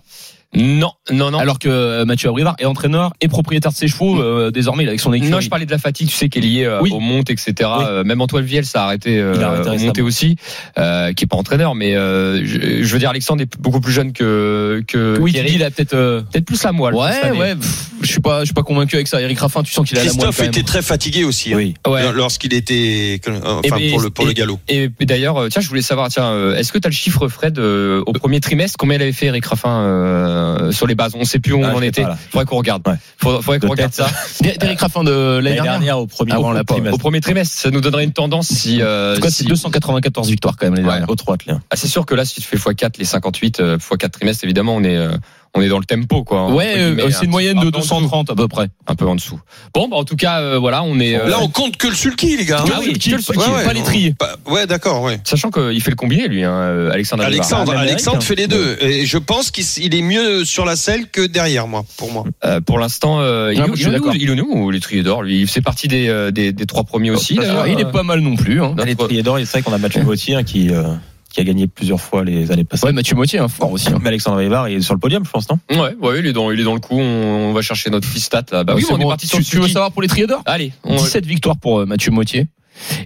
Non, non, non.
Alors que euh, Mathieu Abrivard est entraîneur et propriétaire de ses chevaux. euh, désormais, il est avec son équipe.
Non, je parlais de la fatigue, tu sais, qui est liée euh,
Oui.
aux montes, etc.
Oui.
Euh, même Antoine Viel, ça a arrêté, euh,
Il a arrêté
aux montées
récemment.
aussi, euh, qui est pas entraîneur, mais euh, je, je veux dire, Alexandre est beaucoup plus jeune que que
Oui, tu
qu'Eric.
dis, il a peut-être. euh,
peut-être plus la moelle. hein, cette
Ouais,
année.
ouais. pff, je suis pas, je suis pas convaincu avec ça. Eric Raffin, tu sens qu'il a la moelle.
Christophe
quand même.
était très fatigué aussi hein,
Oui.
Ouais.
lorsqu'il était euh, enfin
ben,
pour le pour
et-
le galop
Et, et d'ailleurs, euh, tiens, je voulais savoir, tiens, euh, est-ce que tu as le chiffre, Fred, euh, au premier trimestre, combien il avait fait Eric Raffin euh, sur les bases On sait plus où
Ah,
on
je
en
sais
était.
pas, là.
faudrait qu'on regarde.
Ouais.
Faudrait, faudrait qu'on
De
regarde
tête.
ça.
D'Eric Raffin de l'année
L'année
dernière.
dernière, au premier
Avant
au
la
premier-
trimestre.
Au premier trimestre, ça nous donnerait une tendance si. euh,
En tout cas, c'est
si-
294 victoires quand même l'année
Ouais,
dernière.
au trois athlètes.
Ah, c'est sûr que là, si tu fais x4 les 58, euh, x4 trimestres, évidemment, on est euh, on est dans le tempo, quoi. hein, entre
Ouais, euh,
guillemets, un
c'est
petit-
une moyenne
un
de
peu en dessous,
230 à peu près.
Un peu en dessous. Bon, bah, en tout cas, euh, voilà, on est. euh,
là on compte que le sulky les gars hein.
Ah oui, que le sulky,
pas l'étrier.
Pas- ouais d'accord ouais
sachant qu'il fait le combiné, lui, hein, euh, Alexandre. Abrivard.
Alexandre,
Ah, même
Alexandre
Eric,
fait les deux. Et je pense qu'il s- il est mieux sur la selle que derrière moi, pour moi.
Euh, pour l'instant, euh, il,
Ah,
est où-
moi, je
il,
suis
est où-
d'accord. Oh,
il est où, nous, les d'or Lui, il fait partie des, euh, des, des trois premiers aussi. d'ailleurs.
il est pas mal non plus. Hein.
Les triers d'or, et c'est vrai qu'on a Mathieu Gauthier hein, qui, euh, qui a gagné plusieurs fois les années passées.
Ouais, Mathieu Moitié, hein, fort aussi. hein.
Mais Alexandre Abrivard est sur le podium, je pense, non
Ouais, ouais, il est dans, il est dans le coup. On, on va chercher notre petit stat. Là. Bah oui,
Ah C'est
on est
bon,
parti
tu-
sur le
Tu veux
Suzuki.
savoir pour les triers d'or
Allez, on-
17 victoires pour euh, Mathieu Moitié.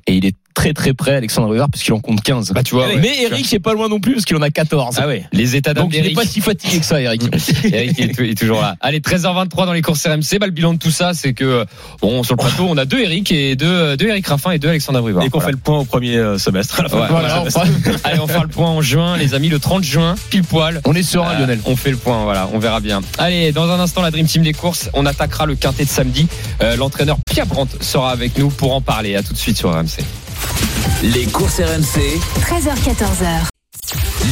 Et il est très très près, Alexandre Abrivard, parce qu'il en compte 15.
Bah, tu vois, ouais.
Mais Eric il est pas loin non plus, parce qu'il en a 14.
Ah ouais.
les états d'âme
Donc il n'est
d'Eric.
pas si fatigué que ça, Eric.
Eric est, tou- est toujours là. Allez, 13h23 dans les courses RMC. Bah, le bilan de tout ça, c'est que bon, sur le plateau, on a deux Eric et deux, euh, deux Eric Raffin et deux Alexandre Abrivard.
Et qu'on fait le point au premier euh, semestre. à la fin
Ouais,
du premier
voilà, on
semestre.
fera- Allez, on fera le point en juin, les amis, le 30 juin, pile poil.
On est serein,
Euh,
Lionel.
On fait le point, voilà, on verra bien. Allez, dans un instant, la Dream Team des courses, on attaquera le quintet de samedi. Euh, L'entraîneur Pierre Brandt sera avec nous pour en parler. À tout de suite sur RMC.
Les courses RMC,
13h14h.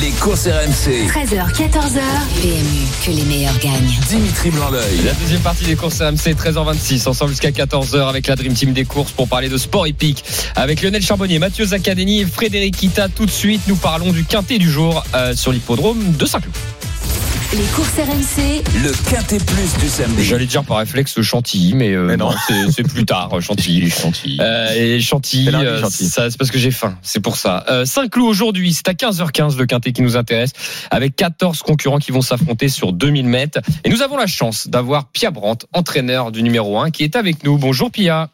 les courses RMC.
13h14h. PMU, que les meilleurs gagnent.
Dimitri Blanc-L'œil,
La deuxième partie des courses RMC, 13h26, ensemble jusqu'à 14h avec la Dream Team des courses pour parler de sport hippique. Avec Lionel Charbonnier, Mathieu Zaccadeni et Frédéric Kita. Tout de suite, nous parlons du quintet du jour euh, sur l'hippodrome de Saint-Cloud.
Les courses RMC,
le quintet plus du samedi.
J'allais dire par réflexe Chantilly, mais, euh,
Mais
non,
non.
c'est- c'est plus tard, Chantilly. Euh, et Chantilly,
C'est lundi,
euh,
Chantilly.
ça, c'est parce que j'ai faim, c'est pour ça. Euh, Saint-Cloud aujourd'hui, c'est à 15h15 le quintet qui nous intéresse, avec 14 concurrents qui vont s'affronter sur 2000 mètres. Et nous avons la chance d'avoir Pia Brandt, entraîneur du numéro 1, qui est avec nous. Bonjour Pia.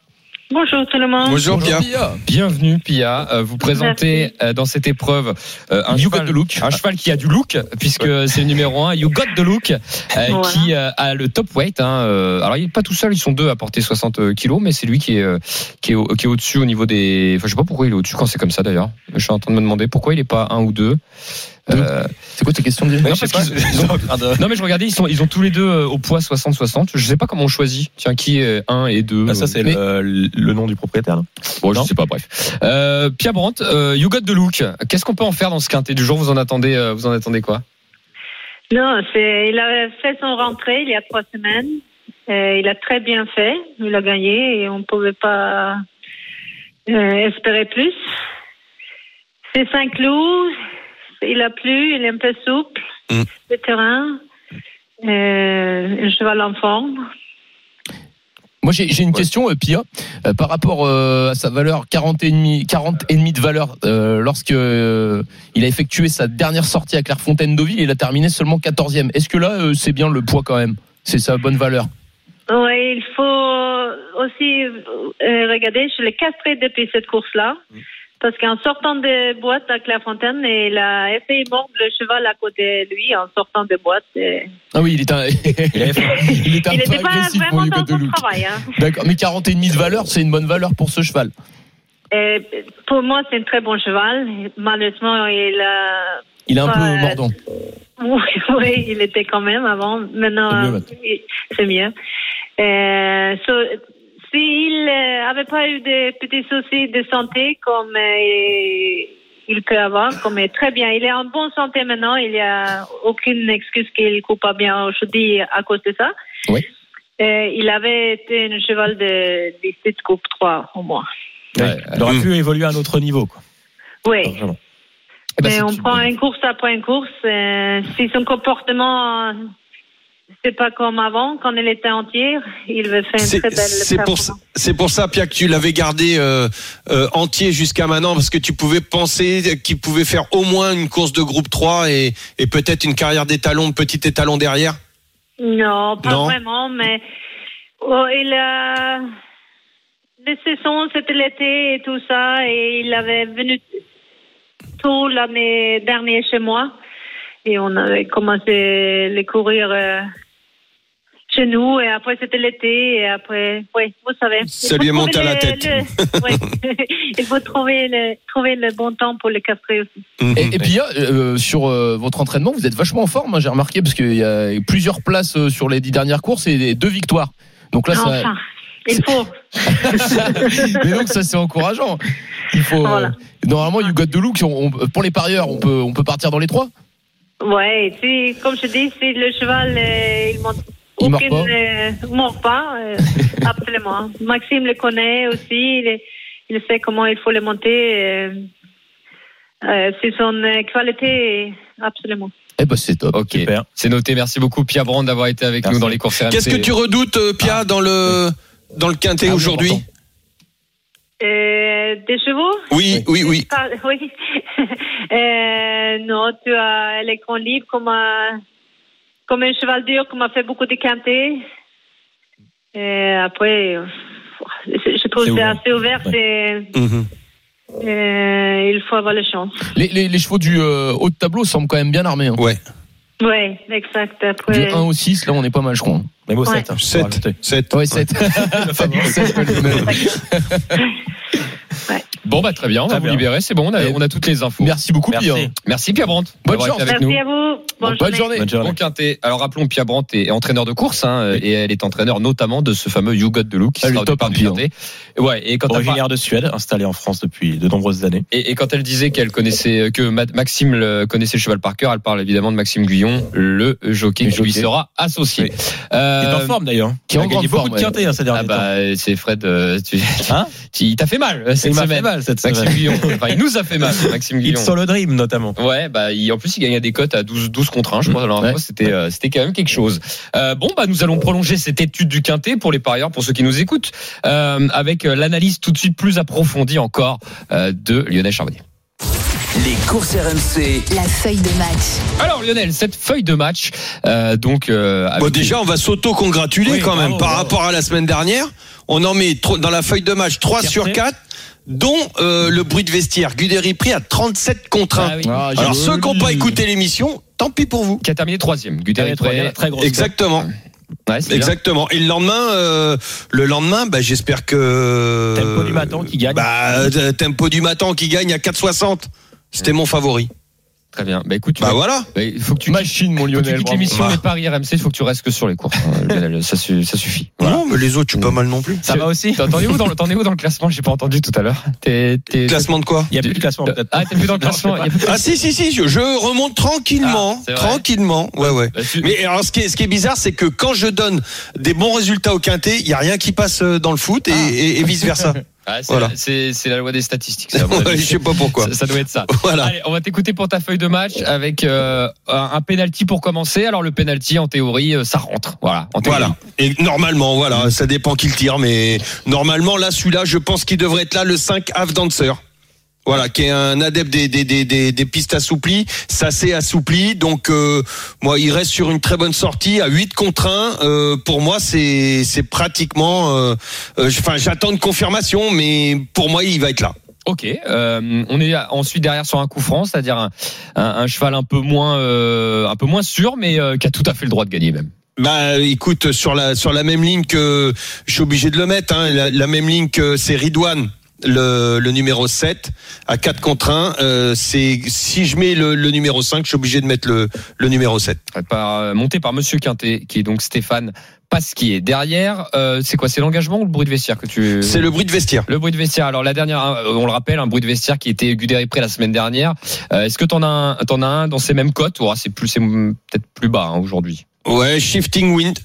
Bonjour tout le monde.
Bonjour, Pierre.
Bienvenue Pia, Euh, vous présentez euh, dans cette épreuve euh, un,
You got
cheval,
the look.
un cheval qui a du look, puisque c'est le numéro 1, You Got the Look, euh,
Voilà.
qui euh, a le top weight. hein, euh, alors il n'est pas tout seul, ils sont deux à porter 60 kilos, mais c'est lui qui est, euh, qui est, au, qui est au-dessus au niveau des... Enfin je sais pas pourquoi il est au-dessus quand c'est comme ça d'ailleurs. Je suis en train de me demander pourquoi il n'est pas un ou deux. Euh,
C'est quoi ta question de
non, parce qu'ils- ils ont- non, mais je regardais, ils, sont, ils ont tous les deux euh, au poids 60-60. Je sais pas comment on choisit. Tiens, qui est 1 et 2
Ah, ça, c'est le, le nom du propriétaire. là.
Bon, je
Non
sais pas, bref. Euh, Pierre Brandt, euh, You Got the Look. Qu'est-ce qu'on peut en faire dans ce quintet du jour Vous en attendez, euh, vous en attendez quoi
Non, c'est, il a fait son rentrée il y a trois semaines. Euh, il a très bien fait. Il a gagné et on ne pouvait pas euh, espérer plus. C'est Saint-Cloud. Il a plu. Il est un peu souple.
Mm.
Le terrain. Euh, un cheval en forme.
Moi j'ai j'ai une question, euh, Pia, euh, par rapport euh, à sa valeur 40 et demi, 40 et demi de valeur euh, lorsque euh, il a effectué sa dernière sortie à Clairefontaine Deauville, il a terminé seulement 14e. Est-ce que là euh, c'est bien le poids quand même C'est sa bonne valeur.
Ouais, il faut aussi euh, regarder, je l'ai castré depuis cette course-là.
Mm.
Parce qu'en sortant des boîtes à Clairefontaine, il a essayé de mordre le cheval à côté de lui en sortant des boîtes. et-
Ah oui, il est un, il est un
Il
peu
n'était pas
agressif pour
vraiment
You Got
dans
the
son
Look.
travail. hein.
D'accord, mais 40 et demi de valeur, c'est une bonne valeur pour ce cheval.
Et pour moi, c'est un très bon cheval. Malheureusement, il a.
Il est un peu
Ouais.
mordant.
Oui, oui, il était quand même avant. Maintenant,
C'est mieux,
euh,
maintenant.
il- c'est mieux. Euh, so- S'il n'avait pas eu des petits soucis de santé, comme euh, qu'il peut avoir, comme est très bien. Il est en bonne santé maintenant, il n'y a aucune excuse qu'il ne coupe pas bien aujourd'hui à cause de ça.
Oui.
Euh, il avait été un cheval de 17 coupes 3 au moins.
Ouais.
Il aurait pu évoluer à un autre niveau. Quoi.
Oui.
Ah,
Vraiment.
Eh ben,
Mais
c'est
on
une
prend
bonne-
une course après une course. euh, si son comportement, euh, c'est pas comme avant, quand il était entier, il veut faire une
C'est
très belle
c'est pour, ça-
performance.
c'est pour ça, Pierre, que tu l'avais gardé euh, euh, entier jusqu'à maintenant, parce que tu pouvais penser qu'il pouvait faire au moins une course de groupe 3 et, et peut-être une carrière d'étalon, petit étalon derrière.
Non, pas
Non.
vraiment, mais oh, il a. Les saisons, c'était l'été et tout ça, et il avait venu tôt l'année dernière chez moi, et on avait commencé les courir euh, chez nous, et après c'était l'été, et après, oui, vous savez. Il
Ça
faut
lui est
trouver
monté à la
le-
tête.
le- ouais. il faut trouver le, trouver le bon temps pour le castrer aussi.
Et, et puis euh, sur euh, votre entraînement, vous êtes vachement en forme, hein, j'ai remarqué, parce qu'il y a plusieurs places euh, sur les dix dernières courses et deux victoires. Donc là, ça,
enfin, il faut.
mais donc ça c'est encourageant. Il faut euh,
Voilà.
normalement you got the look. On- on- pour les parieurs, on peut on peut partir dans les trois.
Ouais, si, comme je dis, si le cheval, euh, il monte.
Il meurt
aucune,
pas.
euh, meurt pas, euh, absolument. Maxime le connaît aussi, il, est- il sait comment il faut le monter. euh, euh, c'est son euh, qualité, absolument.
Eh ben c'est top.
Ok,
Super.
c'est noté. Merci beaucoup Pierre Brand d'avoir été avec
Merci.
nous dans les courses RMC.
Qu'est-ce que tu redoutes, euh, Pierre, dans le dans le quintet
Ah oui,
aujourd'hui
important.
Euh, des chevaux
Oui, oui, oui.
Ah, oui. Euh, non, tu as les grands libres comme un, comme un cheval dur, comme a fait beaucoup de quintés. Et après, euh, je je trouve
C'est
que c'est
ouvert.
assez ouvert.
Ouais.
c'est-
Mhm.
euh, il faut avoir la chance.
Les, les, les chevaux du euh, haut de tableau semblent quand même bien armés. hein.
Ouais.
Oui, exact.
Du
Après,
1 au 6, là on est pas mal, je crois.
Mais beau
Ouais.
7. Hein,
7. 7.
Ouais, 7.
Bon bah très bien, on va
Très
vous
bien.
libérer, c'est bon, on a, on a toutes les infos.
Merci beaucoup,
Merci.
Pierre.
Merci Pierre Brandt.
Bonne
d'avoir été
chance.
avec
merci
nous.
à vous. Bonne,
Bonne journée.
Bonne journée.
Bon quintet. Alors rappelons Pierre Brandt est entraîneur de course hein, et elle est entraîneur notamment de ce fameux You Got the Look qui
Elle
sera
est
au
top,
départ du
Pierre.
quintet. Ouais, et quand, t'as pas-
Originaire de Suède, installé en France depuis de nombreuses années.
et, et quand elle disait qu'elle connaissait euh, que Ma- Maxime le- connaissait le cheval par cœur, elle parle évidemment de Maxime Guyon, le jockey
Le
qui lui
jockey.
sera associé.
Il est
Euh,
en forme d'ailleurs.
qui est en
Il a
grande
gagné beaucoup
forme,
de quintets hein, ces derniers
Ah bah c'est Fred, euh, tu,
temps. Hein
tu- il t'a fait mal euh, cette
il m'a
semaine.
fait mal cette
Maxime
semaine.
Guillon, enfin il nous a fait mal, Maxime
Il
Guillon.
sent le dream notamment.
Ouais, bah, il- en plus, il gagnait des cotes à 12, 12 contre 1, je crois. Alors,
Ouais.
c'était, euh, c'était quand même quelque chose. Euh, bon, bah, nous allons prolonger cette étude du Quintet pour les parieurs, pour ceux qui nous écoutent, euh, avec euh, l'analyse tout de suite plus approfondie encore euh, de Lionel Charbonnier.
Les courses RMC.
La feuille de match.
Alors, Lionel, cette feuille de match, euh, donc, euh,
Bon,
avec-
Bah, déjà, on va s'auto-congratuler
Oui,
quand même
bravo,
par
bravo.
rapport à la semaine dernière. On en met tro- dans la feuille de match 3
Fierté.
sur 4, dont euh, le bruit de vestiaire. Guderi pris à 37 contre 1.
Ah oui.
Ah, j'ai-
Alors, ceux qui n'ont pas écouté l'émission, tant pis pour vous.
qui a terminé troisième. Guderi
Très,
Pré.
très grosse.
Exactement,
Ouais, c'est bien.
exactement. Et le lendemain, euh, le lendemain, bah, j'espère que
Tempo du matin qui gagne.
Bah, euh, tempo du matin qui gagne à 4,60. C'était mon favori.
Très bien. Bah, écoute, tu
Bah
vas-
voilà.
bah, il faut que tu
Machine, mon
faut que tu
Lionel.
quittes
bravo.
l'émission
Bah.
des paris RMC, il faut que tu restes que sur les courses. hein, Lionel, ça, su- ça suffit. Voilà.
Non, mais les autres, tu pas mal non plus.
Ça va aussi
T'en t'en es où dans le, t'en es où dans le classement J'ai pas entendu tout à l'heure. T'es, t'es-
Classement de quoi
Il n'y a plus de classement peut-être.
Ah, t'es plus dans le
Non, je sais
classement.
pas.
il y a plus de-
Ah si si si, je, je remonte tranquillement,
Ah, c'est vrai.
tranquillement. Ouais ouais.
Bah, tu-
Mais alors ce qui est, ce qui est bizarre, c'est que quand je donne des bons résultats au quintet, il y a rien qui passe euh, dans le foot et, et- et vice versa.
Ah, c'est,
Voilà.
c'est, c'est la loi des statistiques. Ça, à mon
Ouais,
avis.
je sais pas pourquoi.
Ça, ça doit être ça.
Voilà.
Allez, on va t'écouter pour ta feuille de match avec euh, un, un penalty pour commencer. Alors le penalty, en théorie, euh, ça rentre. Voilà. En théorie.
Voilà. Et normalement, voilà, ça dépend qui le tire, mais normalement, là, celui-là, je pense qu'il devrait être là, le 5 Half Dancer. Voilà, qui est un adepte des, des, des, des, des pistes assouplies. Ça s'est assoupli. Donc, euh, moi, il reste sur une très bonne sortie à 8 contre 1. Euh, pour moi, c'est c'est pratiquement... euh, euh, j'- Enfin, j'attends une confirmation, mais pour moi, il va être là.
Ok. euh, on est ensuite derrière sur un coup franc, c'est-à-dire un, un- un cheval un peu moins, euh, un peu moins sûr, mais euh, qui a tout à fait le droit de gagner même.
Bah, écoute, sur la sur la même ligne que je suis obligé de le mettre, hein, la, la même ligne que c'est Ridouane le, le numéro 7 à 4 contre 1. Euh, c'est si je mets le, le numéro 5, je suis obligé de mettre le, le numéro 7.
Par, euh, monté par Monsieur Quintet, qui est donc Stéphane Pasquier. Derrière, euh, c'est quoi C'est l'engagement ou le bruit de vestiaire que tu
C'est le bruit de vestiaire.
Le bruit de vestiaire. Alors la dernière, hein, on le rappelle, un bruit de vestiaire qui était Guderipré la semaine dernière. Euh, Est-ce que t'en as, un- t'en as un dans ces mêmes cotes ou ah, c'est plus, c'est peut-être plus bas hein, aujourd'hui
Ouais, Shifting Wind.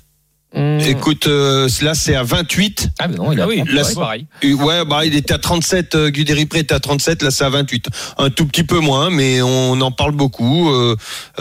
Hmm.
Écoute, euh, là c'est à 28.
Ah mais non, il a
Ah oui,
trente,
la-
ouais, pareil.
Euh, Ouais, bah il était à 37, euh, Guderipré était à 37, là c'est à 28. Un tout petit peu moins, mais on en parle beaucoup. Euh,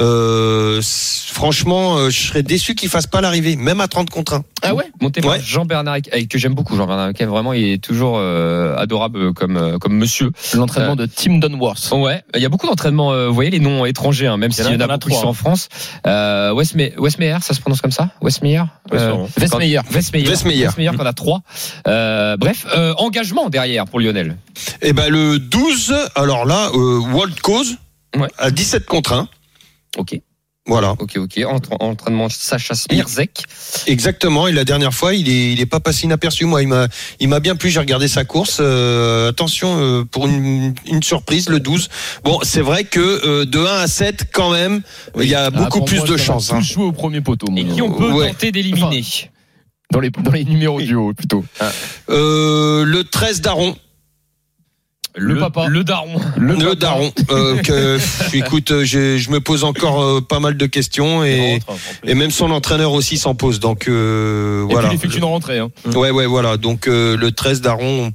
euh, c- franchement, euh, je serais déçu qu'il fasse pas l'arrivée, même à 30 contre 1.
Ah ouais Monté par
Ouais.
Jean-Bernard Hic- eh, que j'aime beaucoup Jean-Bernard Hic- vraiment il est toujours euh, adorable comme euh, comme monsieur.
Euh,
L'entraînement de Tim Dunworth.
Ouais, il y a beaucoup d'entraînements euh, vous voyez les noms étrangers hein, même
Il y
s'il
en a-
y en
il y en
a
a
beaucoup qui
trois,
sont en France. Euh Westme- Westmeyer, ça se prononce comme ça Westmeyer Euh,
Westmeyer.
Westmeyer.
Westmeyer.
Westmeyer qu'on a trois. Euh, bref, euh, engagement derrière pour Lionel.
Et ben le 12, alors là, euh, World Cause
Ouais.
à 17 contre 1.
Ok,
Voilà,
ok, ok. Entra- entraînement Sacha Smirzek.
exactement. Et la dernière fois, il est, il est pas passé inaperçu. Moi, il m'a, il m'a bien plu. J'ai regardé sa course. Euh, attention euh, pour une, une surprise, le 12. Bon, c'est vrai que euh, de 1 à 7, quand même, il
Ah,
y a beaucoup plus de chances. hein.
Je joue au premier poteau.
Et
moi.
qui on peut
Ouais.
tenter d'éliminer.
dans les dans les numéros duo plutôt.
Euh, le 13 Daron,
Le papa.
Le daron.
le, Daron. Euh, que, pff, écoute, euh, j'ai- je me pose encore euh, pas mal de questions et, et même son entraîneur aussi s'en pose. Donc euh,
Et
voilà.
puis il fait une rentrée. Hein.
Ouais, ouais, voilà. Donc euh, le 13 Daron,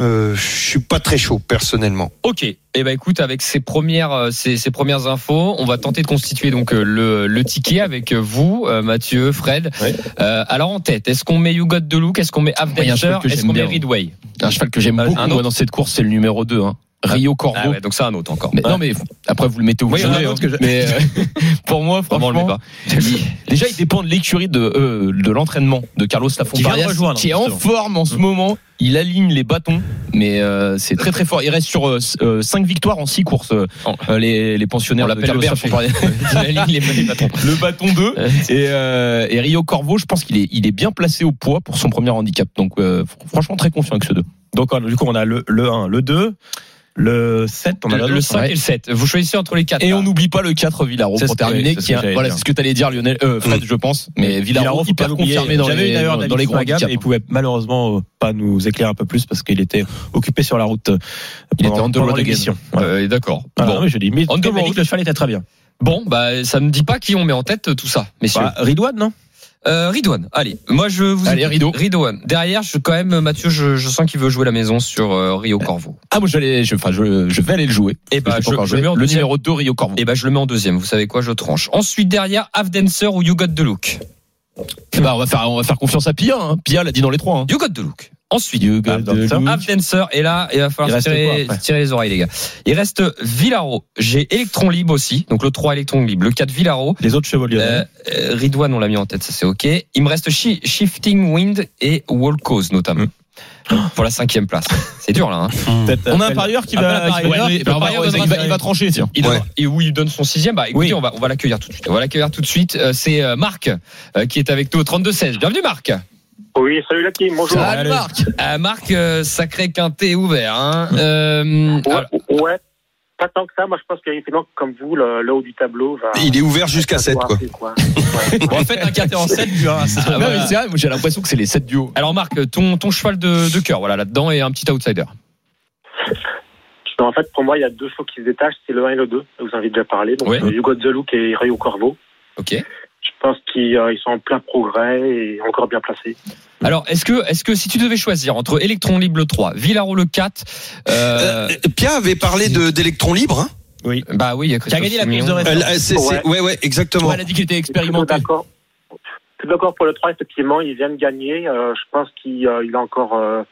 euh, je suis pas très chaud personnellement.
Ok. Et eh ben écoute, avec ces premières, euh, ces, ces premières infos, on va tenter de constituer donc euh, le, le ticket avec vous, euh, Mathieu, Fred.
Ouais.
Euh, alors en tête, est-ce qu'on met You Got the Look, est-ce qu'on met
Moi, il y a un
Avdancer,
truc que
est-ce
j'aime
qu'on met
bien.
Ridway
Un cheval que j'aime
Ah, Un
beaucoup
autre.
moi, dans cette course, c'est le numéro 2 hein. Rio Corvo.
Ah ouais, donc c'est un autre encore.
Mais, Non mais après vous le mettez où
Oui, il
vous
y en a
voulez,
un
hein.
autre que je-
Mais euh, pour moi
Vraiment, on
franchement,
le met pas.
déjà il dépend de l'écurie de euh, de l'entraînement de Carlos
Qui vient de
Lafontaine
rejoindre,
qui est en
justement.
forme en ce
Mm.
moment. Il aligne les bâtons, mais euh, c'est très très fort. Il reste sur euh, 5 victoires en 6 courses. euh,
Oh.
euh, les, les pensionnaires
On
de
l'appelle
Carlos
le berger.
Lafontaine. le bâton 2 et, euh, et Rio Corvo, je pense qu'il est, il est bien placé au poids pour son premier handicap. Donc euh, fr- franchement très confiant avec ce 2.
Donc on- du coup on a le, le 1, le 2, le 7, on a
Le,
l'autre.
5 et
Ouais.
le 7. Vous choisissez entre les quatre.
Et
là.
on n'oublie pas le 4 Villaro
C'est ce
pour
que-
terminer.
c'est ce
qui est
que
un-
j'allais
voilà,
dire.
c'est ce que t'allais dire Lionel, euh, Fred, je pense. Mais Villaro
faut pas
hyper
l'oublier.
confirmé dans
J'avais
les,
eu d'ailleurs
dans,
David
les grands
Sagan,
handicaps.
mais Il pouvait malheureusement euh, pas nous éclairer un peu plus parce qu'il était occupé sur la route. euh,
Il
pendant-
était on the
pendant
road again.
l'émission. Voilà.
Euh, D'accord.
Ah,
bon.
non, mais je dis, mais
On the
mais
road.
le cheval était très bien.
Bon, bah, ça ne dit pas qui on met en tête euh, tout ça, messieurs.
Bah, Ridouane, non
Euh, Ridouane, allez, moi je vous.
Allez, Rido.
Ridouane. Derrière, je, quand même, Mathieu, je, je sens qu'il veut jouer la maison sur euh, Rio Corvo.
Ah, moi, je vais aller, je, enfin, je, bah, je vais aller le jouer.
Eh ben,
Parce que
je-
j'ai pas encore
je
joué.
mets en
le
deuxième.
numéro 2 Rio Corvo.
Et ben, je le mets en deuxième. Vous savez quoi, je tranche. Ensuite, derrière, Half Dancer ou You Got the Look.
Eh ben, on va faire, on va faire confiance à Pia, hein. Pia l'a dit dans les trois, hein.
You Got the Look. Ensuite,
You got
Ah, dans
the
le
look.
Half Dancer. Et là, il va
Il
falloir
reste quoi
tirer,
après
tirer les oreilles, les gars. Il reste Villaro. J'ai Electron Libre aussi. Donc le 3 Electron Libre. Le 4 Villaro.
Les autres chevaux
Euh,
lyonnais.
euh, Ridouane, on l'a mis en tête, ça c'est ok. Il me reste Shi- Shifting Wind et Wall Cause notamment. Pour la cinquième place. C'est dur là. hein.
Peut-être euh,
On a un
appel-
parieur qui
appel
va,
à
qui va-
parieur.
ouais,
Le
bah, on va-
parieur
il,
donnera-
va, il va trancher, tiens.
Il
Ouais.
donne- et où il donne son sixième, bah écoutez,
Oui.
on va, on va l'accueillir tout de suite. On va l'accueillir tout de suite. Euh, c'est euh, Marc euh, qui est avec nous au 32-16. Bienvenue Marc.
Oui, salut la team, bonjour.
Ah,
Allez.
Marc.
Euh, Marc, euh, sacré quintet ouvert. Hein. Euh,
Ouais,
alors,
ouais, pas tant que ça. Moi, je pense qu'effectivement, comme vous, le, le haut du tableau va.
Il est ouvert jusqu'à 7 quoi.
Bon, en fait, un quartier en 7, tu vois. c'est-
Ah,
Non,
voilà.
mais c'est vrai, moi, j'ai l'impression que c'est les 7 duos.
alors, Marc, ton, ton cheval de, de cœur, voilà, là-dedans, et un petit outsider.
Non, en fait, pour moi, il y a deux choses qui se détachent, c'est le 1 et le 2. Je vous en ai déjà parlé. Donc,
Ouais.
euh, Hugo de Zelouk et Rio Corvo.
Ok.
Je pense qu'ils euh, ils sont en plein progrès et encore bien placés.
Alors, est-ce que, est-ce que si tu devais choisir entre Electron Libre le 3, Villaro le 4, euh,
Euh, Pia avait parlé de- d'électron libre. Hein.
bah oui, il y a
Qui a gagné la
Christophe
course de
Mignon.
référence.
Elle- elle- c'est- c'est- ouais.
Ouais.
ouais, exactement.
Elle a dit qu'il était
Plutôt
expérimenté.
d'accord. Plutôt d'accord pour le 3, effectivement, il vient de gagner. Euh, je pense qu'il euh, il a encore euh,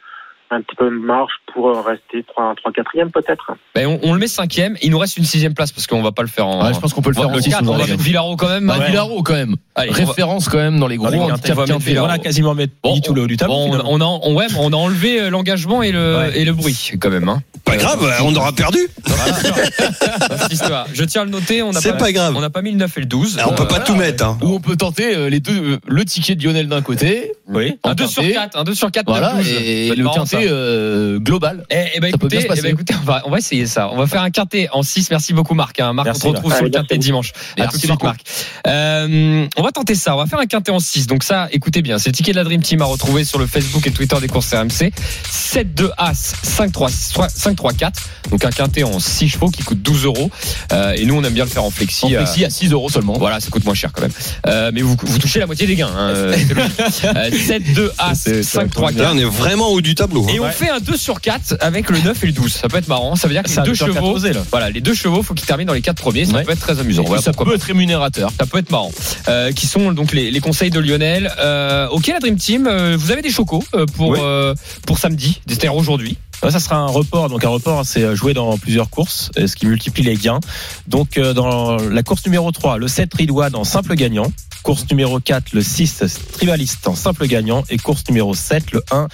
un petit peu de marge pour euh, rester 3 4 peut-être.
Ben, on, on le met cinquième. Il nous reste une sixième place parce qu'on va pas le faire en.
Ouais, je pense qu'on peut le
on
faire
va-
en
le
6
quatre, on va mettre Villaro quand même.
Bah, Villaro, quand même.
Allez, on va-
Référence, quand même, dans les gros
Dans les
handicaps.
on va mettre
quintés.
Villaro.
On a quasiment mis
Bon,
tout le haut du tableau.
Bon,
finalement.
on, on a, on- ouais, mais on a enlevé euh, l'engagement et le,
Ouais.
et le bruit quand même. Hein.
Pas grave, on aura perdu.
Cette histoire. Je tiens à le noter. On n'a
C'est
pas,
pas grave.
on n'a pas mis le 9 et le 12.
Ah, on peut pas tout mettre. Hein.
Où on peut tenter euh, les deux, euh, le ticket de Lionel d'un côté,
Oui.
Un 2 sur
Quintet.
4, un 2 sur 4,
voilà, et le quintet quintet euh, global.
Eh, eh ben,
Ça peut bien
écoutez,
se passer.
eh ben, écoutez, on, va, on va essayer ça. On va faire un quintet en 6. Merci beaucoup, Marc. hein. Marc,
Merci,
on te retrouve
Marc.
sur le
Allez,
quintet
merci.
dimanche. À
Merci,
tout de suite,
Marco.
Marc. Euh, on va tenter ça. On va faire un quintet en 6. Donc, ça, écoutez bien. C'est le ticket de la Dream Team à retrouver sur le Facebook et Twitter des courses RMC. 7-2 As, 5-3, 5-3-4. Donc, un quintet en 6 chevaux qui coûte 12 euros. Euh, et nous, on aime bien le faire en flexi.
En
euh,
flexi à 6 euros seulement.
Voilà, ça coûte moins cher quand même. Euh, mais vous, vous touchez la moitié des gains. hein, euh, c'est logique. Euh, 7-2 As,
C'est- c'est
5-3-4.
Là, on est vraiment au haut du tableau. hein.
Et on fait un 2 sur 4 avec le 9 et le 12. Ça peut être marrant. Ça veut dire que
Ça
les deux
a toujours
chevaux.
quatre osés, là.
Voilà, les deux chevaux, faut qu'ils terminent dans les quatre premiers. Ça
Ouais.
peut être très amusant.
Et
Voilà
ça
pourquoi
peut
pas.
être rémunérateur.
Ça peut être marrant. Euh, qui sont donc les, les conseils de Lionel. Euh, ok, la Dream Team, euh, vous avez des chocos euh, pour
Oui.
euh, pour samedi, c'est-à-dire aujourd'hui.
Ouais, ça sera un report. Donc un report, c'est euh, jouer dans plusieurs courses, euh, ce qui multiplie les gains. Donc euh, dans la course numéro 3, le 7 Ridois en simple gagnant. Course numéro 4, le 6 Tribaliste en simple gagnant. Et course numéro 7, le 1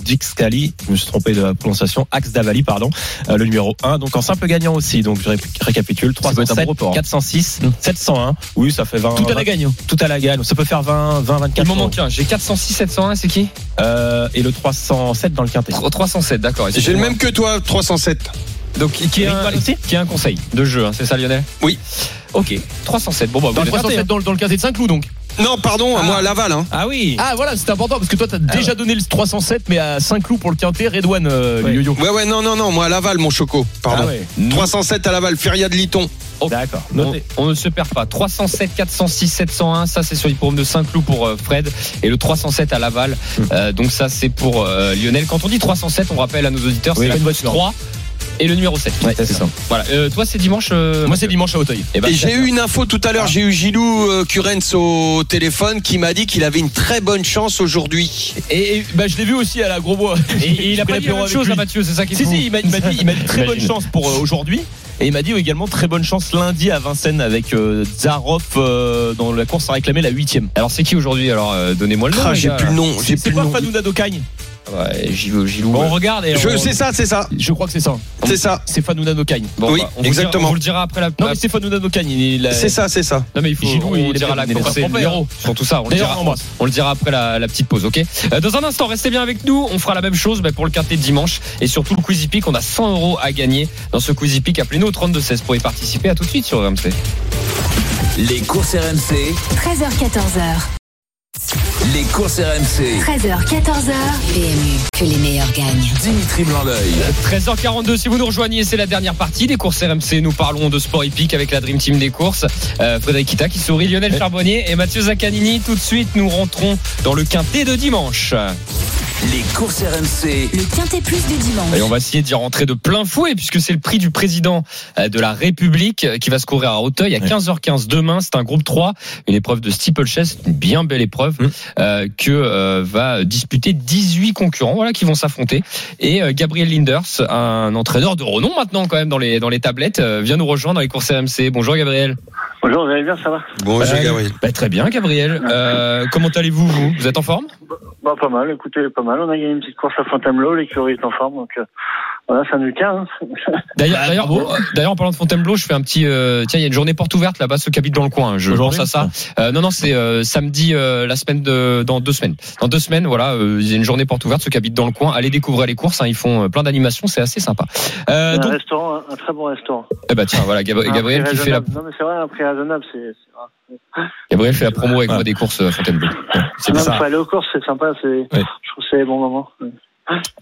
Adjixcali. Je me suis trompé de la prononciation. Axe d'Avali, pardon. Euh, le numéro 1, donc en simple gagnant aussi. Donc je ré- récapitule.
peut être un
307,
bon report.
406,
Mm.
701. Oui, ça fait 20.
Tout à
20
la gagne.
tout à la gagne. Ça peut faire 20, 20,
Il
24.
m'en
euros.
manque un. J'ai 406 701, c'est qui
Euh, et le 307 dans le quintet.
Tro- 307, d'accord.
J'ai le même que toi, 307.
Donc qui est,
Rick
un,
Wall aussi
qui est un conseil de jeu, hein, c'est ça Lionel
Oui.
Ok, 307. Bon bah vous
Dans le
l'avez raté,
307
hein.
dans le dans le quintet de Saint-Cloud donc.
Non, pardon, à moi à Laval. Hein.
Ah oui.
Ah voilà, c'est important parce que toi t'as déjà
ouais.
donné le 307 mais à Saint-Cloud pour le quintet Redouane euh,
Ouais.
Yo-Yo.
Ouais, ouais, non, non, non, moi à Laval, mon choco. Pardon.
Ah ouais.
307 à Laval, Feria de Liton.
D'accord.
On,
Notez.
on ne se perd pas. 307, 406, 701, ça c'est sur l'hippodrome de Saint-Cloud pour euh, Fred et le 307 à Laval. Euh, donc ça c'est pour euh, Lionel. Quand on dit 307, on rappelle à nos auditeurs,
Oui.
c'est la
Une
course
voiture.
3 et le numéro 7.
c'est ça.
Voilà. Euh, toi c'est dimanche. euh,
Moi c'est dimanche à Auteuil.
Eh ben,
Et j'ai eu une info tout à l'heure, j'ai eu Gilou euh, Curens au téléphone qui m'a dit qu'il avait une très bonne chance aujourd'hui.
Et, et, bah, je l'ai vu aussi à la Grosbois.
Et, et il a pas dit la même chose à Mathieu, c'est ça qui est
Si,
fou.
si, il m'a il m'a dit, il m'a dit très bonne
J'imagine.
chance pour euh, aujourd'hui. Et il m'a dit également très bonne chance lundi à Vincennes avec euh, Zaroff euh, dans la course à réclamer la huitième.
Alors c'est qui aujourd'hui Alors euh, donnez-moi le nom.
Ah,
les
j'ai
gars.
plus le nom, j'ai
C'est
plus le
pas
nom.
Fanouda Docagne
Ouais, Gilou. Gilou,
Bon,
ouais.
on regarde et
Je
on-
sais ça, c'est ça,
Je crois que c'est ça.
c'est ça.
C'est Fanouda Docagne.
Bon,
Oui,
bah, on vous le dira-
exactement.
on vous le dira après la.
Non, mais c'est Fanouda Docagne. Il, est
C'est ça, c'est ça.
Non mais il faut
Gilou,
on
il
le
est-
dira la
il est
course
pas
et le
trompé,
numéro sur tout ça. On le
hein. D'ailleurs,
dira,
on l'embrasse.
on le dira après la, la petite pause, ok Euh, Dans un instant, restez bien avec nous. On fera la même chose bah, pour le quintet de dimanche et surtout le quiz hippique. On a 100 euros à gagner dans ce quiz hippique. Appelez-nous au 3216 pour y participer. À tout de suite sur RMC.
Les courses RMC,
13h, 14h.
les courses RMC.
13h, 14h. PMU, que les meilleurs gagnent.
Dimitri Blanc-L'œil.
13h42, si vous nous rejoignez, c'est la dernière partie des courses RMC. Nous parlons de sport hippique avec la Dream Team des courses. Euh, Frédéric Kita qui sourit, Lionel Charbonnier et Mathieu Zaccanini. Tout de suite, nous rentrons dans le quintet de dimanche.
Les courses RMC,
Le quintet plus du dimanche.
Et on va essayer d'y rentrer de plein fouet puisque c'est le prix du président euh, de la République euh, qui va se courir à Hauteuil à 15h15 demain. C'est un groupe 3, une épreuve de steeplechase, une bien belle épreuve
Mm.
euh, que euh, va disputer 18 concurrents voilà qui vont s'affronter et euh, Gabriel Linders, un entraîneur de renom maintenant quand même dans les dans les tablettes, euh, vient nous rejoindre dans les courses RMC. Bonjour Gabriel.
Bonjour, vous allez bien, ça va
Bonjour,
Euh,
Gabriel.
Bah, très bien Gabriel. Euh, comment allez-vous vous, vous êtes en forme
Bah, Pas mal, écoutez, pas mal. On a gagné une petite course à Fontainebleau, l'écurie est en forme, donc euh, voilà, ça nous tient. hein.
D'ailleurs, d'ailleurs, euh, d'ailleurs, en parlant de Fontainebleau, je fais un petit. euh, tiens, il y a une journée porte ouverte là-bas, ceux qui habitent dans le coin. hein, Je
Aujourd'hui
pense à ça. Euh, non, non, c'est euh, samedi, euh, la semaine de, dans deux semaines. Dans deux semaines, voilà, euh, il y a une journée porte ouverte. Ceux qui habitent dans le coin, allez découvrir les courses. hein, ils font euh, plein d'animations, c'est assez sympa. Euh,
un
donc,
restaurant, un, un très bon restaurant.
eh ben, tiens, voilà, Gab-
Un
Gabriel
prix
qui fait la,
raisonnable. Non, mais Ah, c'est vrai, un prix raisonnable, c'est. c'est vrai.
Gabriel fait la promo avec
Ouais.
moi des courses euh, Fontainebleau. Ouais, c'est
Non,
bien.
mais faut aller aux courses, c'est sympa, c'est. Je trouve que c'est les bons moments.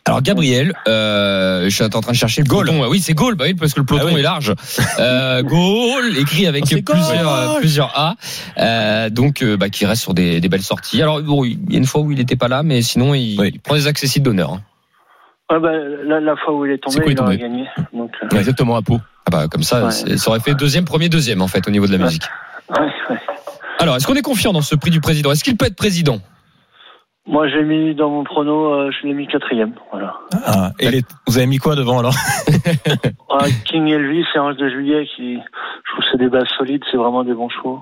Alors Gabriel, euh, je suis en train de chercher le Gaulle. Oui, c'est Gaulle, bah oui, parce que le peloton
Ah oui. Oh,
est large. Euh, Gaulle, écrit avec
C'est Gaulle.
plusieurs, euh, plusieurs A, euh, donc euh, bah, qui reste sur des, des belles sorties. Alors bon, il y a une fois où il n'était pas là, mais sinon il,
Oui.
il prend des accessibles d'honneur. hein.
Ouais, bah, la, la fois où il est tombé,
C'est quoi, il
il aurait
est
gagné. Donc, euh,
Exactement à Pau.
Ah bah comme ça,
Ouais.
c'est- ça aurait fait deuxième, premier, deuxième en fait au niveau de la
Ouais.
musique.
euh, ouais, ouais.
Alors est-ce qu'on est confiant dans ce prix du président Est-ce qu'il peut être président
Moi, j'ai mis dans mon prono, euh, je l'ai mis quatrième. Voilà.
Ah, et les- vous avez mis quoi devant alors
Ah, King Elvis et Ange de Juillet, qui, je trouve que c'est des bases solides, c'est vraiment des bons chevaux.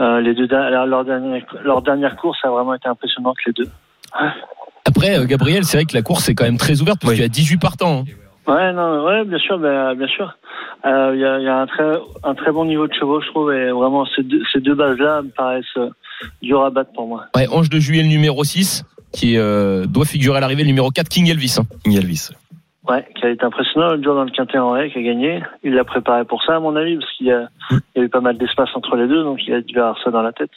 Euh, les deux, da- leur, leur dernière, leur dernière course a vraiment été impressionnante, les deux.
Après euh, Gabriel, c'est vrai que la course est quand même très ouverte parce qu'il y a 18 partants. hein.
Ouais, non, ouais, bien sûr, ben, bien sûr. Euh, Il y, a, il y a un très, un très bon niveau de chevaux, je trouve, et vraiment ces deux, ces deux bases-là me paraissent euh, dures à battre pour moi.
Ouais, Ange de Juillet le numéro 6 qui euh, doit figurer à l'arrivée, le numéro 4, King Elvis. hein.
King Elvis.
Ouais, qui a été impressionnant le jour dans le quintet en ré, qui a gagné. Il l'a préparé pour ça, à mon avis, parce qu'il y a, il y a eu pas mal d'espace entre les deux, donc il a dû avoir ça dans la tête.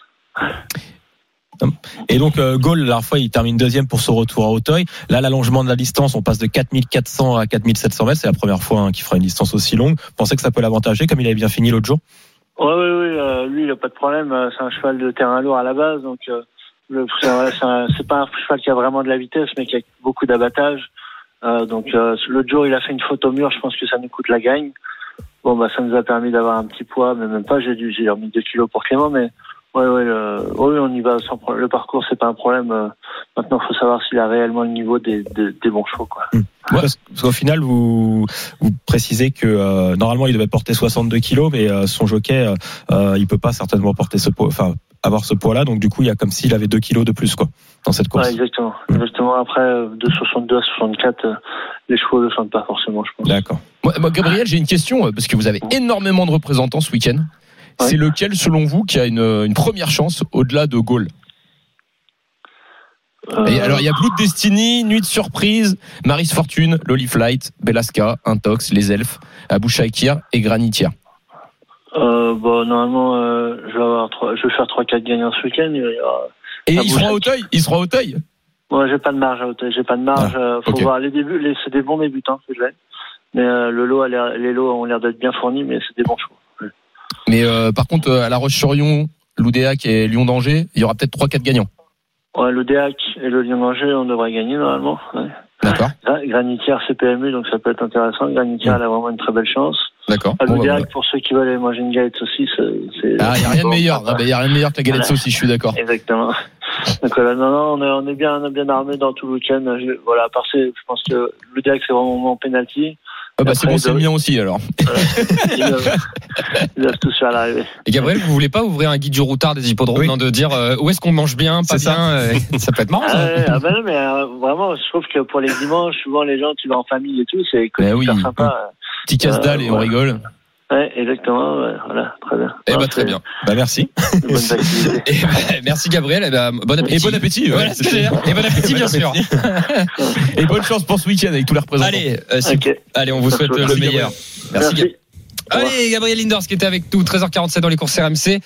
Et donc, euh, Gaulle, la dernière fois, il termine deuxième pour son retour à Auteuil. Là, l'allongement de la distance, on passe de 4400 à 4700 mètres. C'est la première fois hein, qu'il fera une distance aussi longue. Pensez que ça peut l'avantager, comme il avait bien fini l'autre jour.
Ouais, ouais, ouais, euh, lui, il a pas de problème. euh, C'est un cheval de terrain lourd à la base, donc euh, le- c'est un- c'est un- c'est pas un cheval qui a vraiment de la vitesse, mais qui a beaucoup d'abattage. Euh, donc euh, l'autre jour, il a fait une faute au mur. Je pense que ça nous coûte la gagne. Bon, bah, ça nous a permis d'avoir un petit poids, mais même pas. J'ai dû, j'ai remis 2 kilos pour Clément, mais ouais, ouais, le- ouais, on y va sans pro- Le parcours, c'est pas un problème. euh, maintenant, faut savoir s'il a réellement le niveau des, des, des bons chevaux, quoi.
Parce, parce qu'au final, vous, vous précisez que euh, normalement, il devait porter 62 kilos, mais euh, son jockey, euh, euh, il peut pas certainement porter ce poids, enfin, avoir ce poids-là. Donc, du coup, il y a comme s'il avait 2 kilos de plus, quoi, dans cette course.
Ouais, exactement.
Mm.
Exactement. Après, euh, de 62 à 64, euh, les chevaux ne le sentent pas forcément, je pense.
D'accord.
Moi, moi, Gabriel, j'ai une question, euh, parce que vous avez énormément de représentants ce week-end.
Ouais.
C'est lequel, selon vous, qui a une, euh, une première chance au-delà de Gaulle
Euh,
Et Alors, il y a Blue Destiny, Nuit de Surprise, Maris Fortune, Lolly Flight, Belaska, Intox, Les Elfes, Abu Shaikir et Granitière.
Euh, bon, normalement, euh, je vais avoir trois, je vais faire trois, quatre gagnants ce week-end. Il va y avoir-
Et
Abu
il sera à
Shaikir.
Auteuil Il sera à Auteuil
Moi, j'ai pas de marge, à hauteur, j'ai pas de marge. euh, faut
Ah, ok.
voir les débuts, les, c'est des bons débutants que je vais. Mais euh, le lot, a l'air- les lots ont l'air d'être bien fournis, mais c'est des bons chevaux.
Mais euh, par contre, euh, à La Roche-sur-Yon, Loudéac et Lyon d'Angers, il y aura peut-être 3-4 gagnants.
Ouais, le DEAC et le Lion d'Angers, on devrait gagner normalement. Ouais.
D'accord
Gra- Granitière, CPMU, donc ça peut être intéressant. Granitière, elle a vraiment une très belle chance.
D'accord.
Ah, le
Bon, bah,
DEAC,
voilà.
pour ceux qui veulent aller manger une galette saucisse, euh, c'est.
Ah, il n'y a rien de
bon,
meilleur.
ça
Ah,
va.
bah, Il y a rien de meilleur que la galette sauce, si je suis d'accord. Ah,
Exactement. Donc voilà, non, non, on est, on est bien, on est bien armé dans tout le week-end. Je- Voilà, à part c'est- je pense que le DEAC, c'est vraiment mon penalty.
Ah, bah, c'est
Après,
bon, c'est le
de-
mien aussi, alors.
Ils doivent, ils doivent tous faire l'arrivée.
Et Gabriel, vous voulez pas ouvrir un guide du routard des hippodromes,
Oui.
non, de dire euh, où est-ce qu'on mange bien, pas
C'est ça.
bien euh, Ça peut être marrant.
Ah,
ça.
ouais, ah bah non, mais euh, vraiment, je trouve que pour les dimanches, souvent les gens, tu vas en famille et tout, c'est
Bah
Ben
super
oui.
sympa.
Petit casse-dalle
Euh,
et on
ouais.
rigole.
Ouais, exactement, ouais, voilà, très bien.
Eh
Non,
ben, très
c'est
bien.
Bah, merci.
Une bonne activité.
Eh ben, merci Gabriel. Et ben, bon appétit.
Et bon appétit. ouais.
Voilà ce que j'allais dire. Et bon appétit, bien sûr.
Et bonne chance pour ce week-end avec tous les représentants.
Allez, euh, c'est-
Ok,
allez, on vous souhaite euh, le
Merci,
meilleur. Merci. Gab-
merci. Au revoir.
Allez, Gabriel Linders qui était avec nous, 13h47 dans les courses RMC.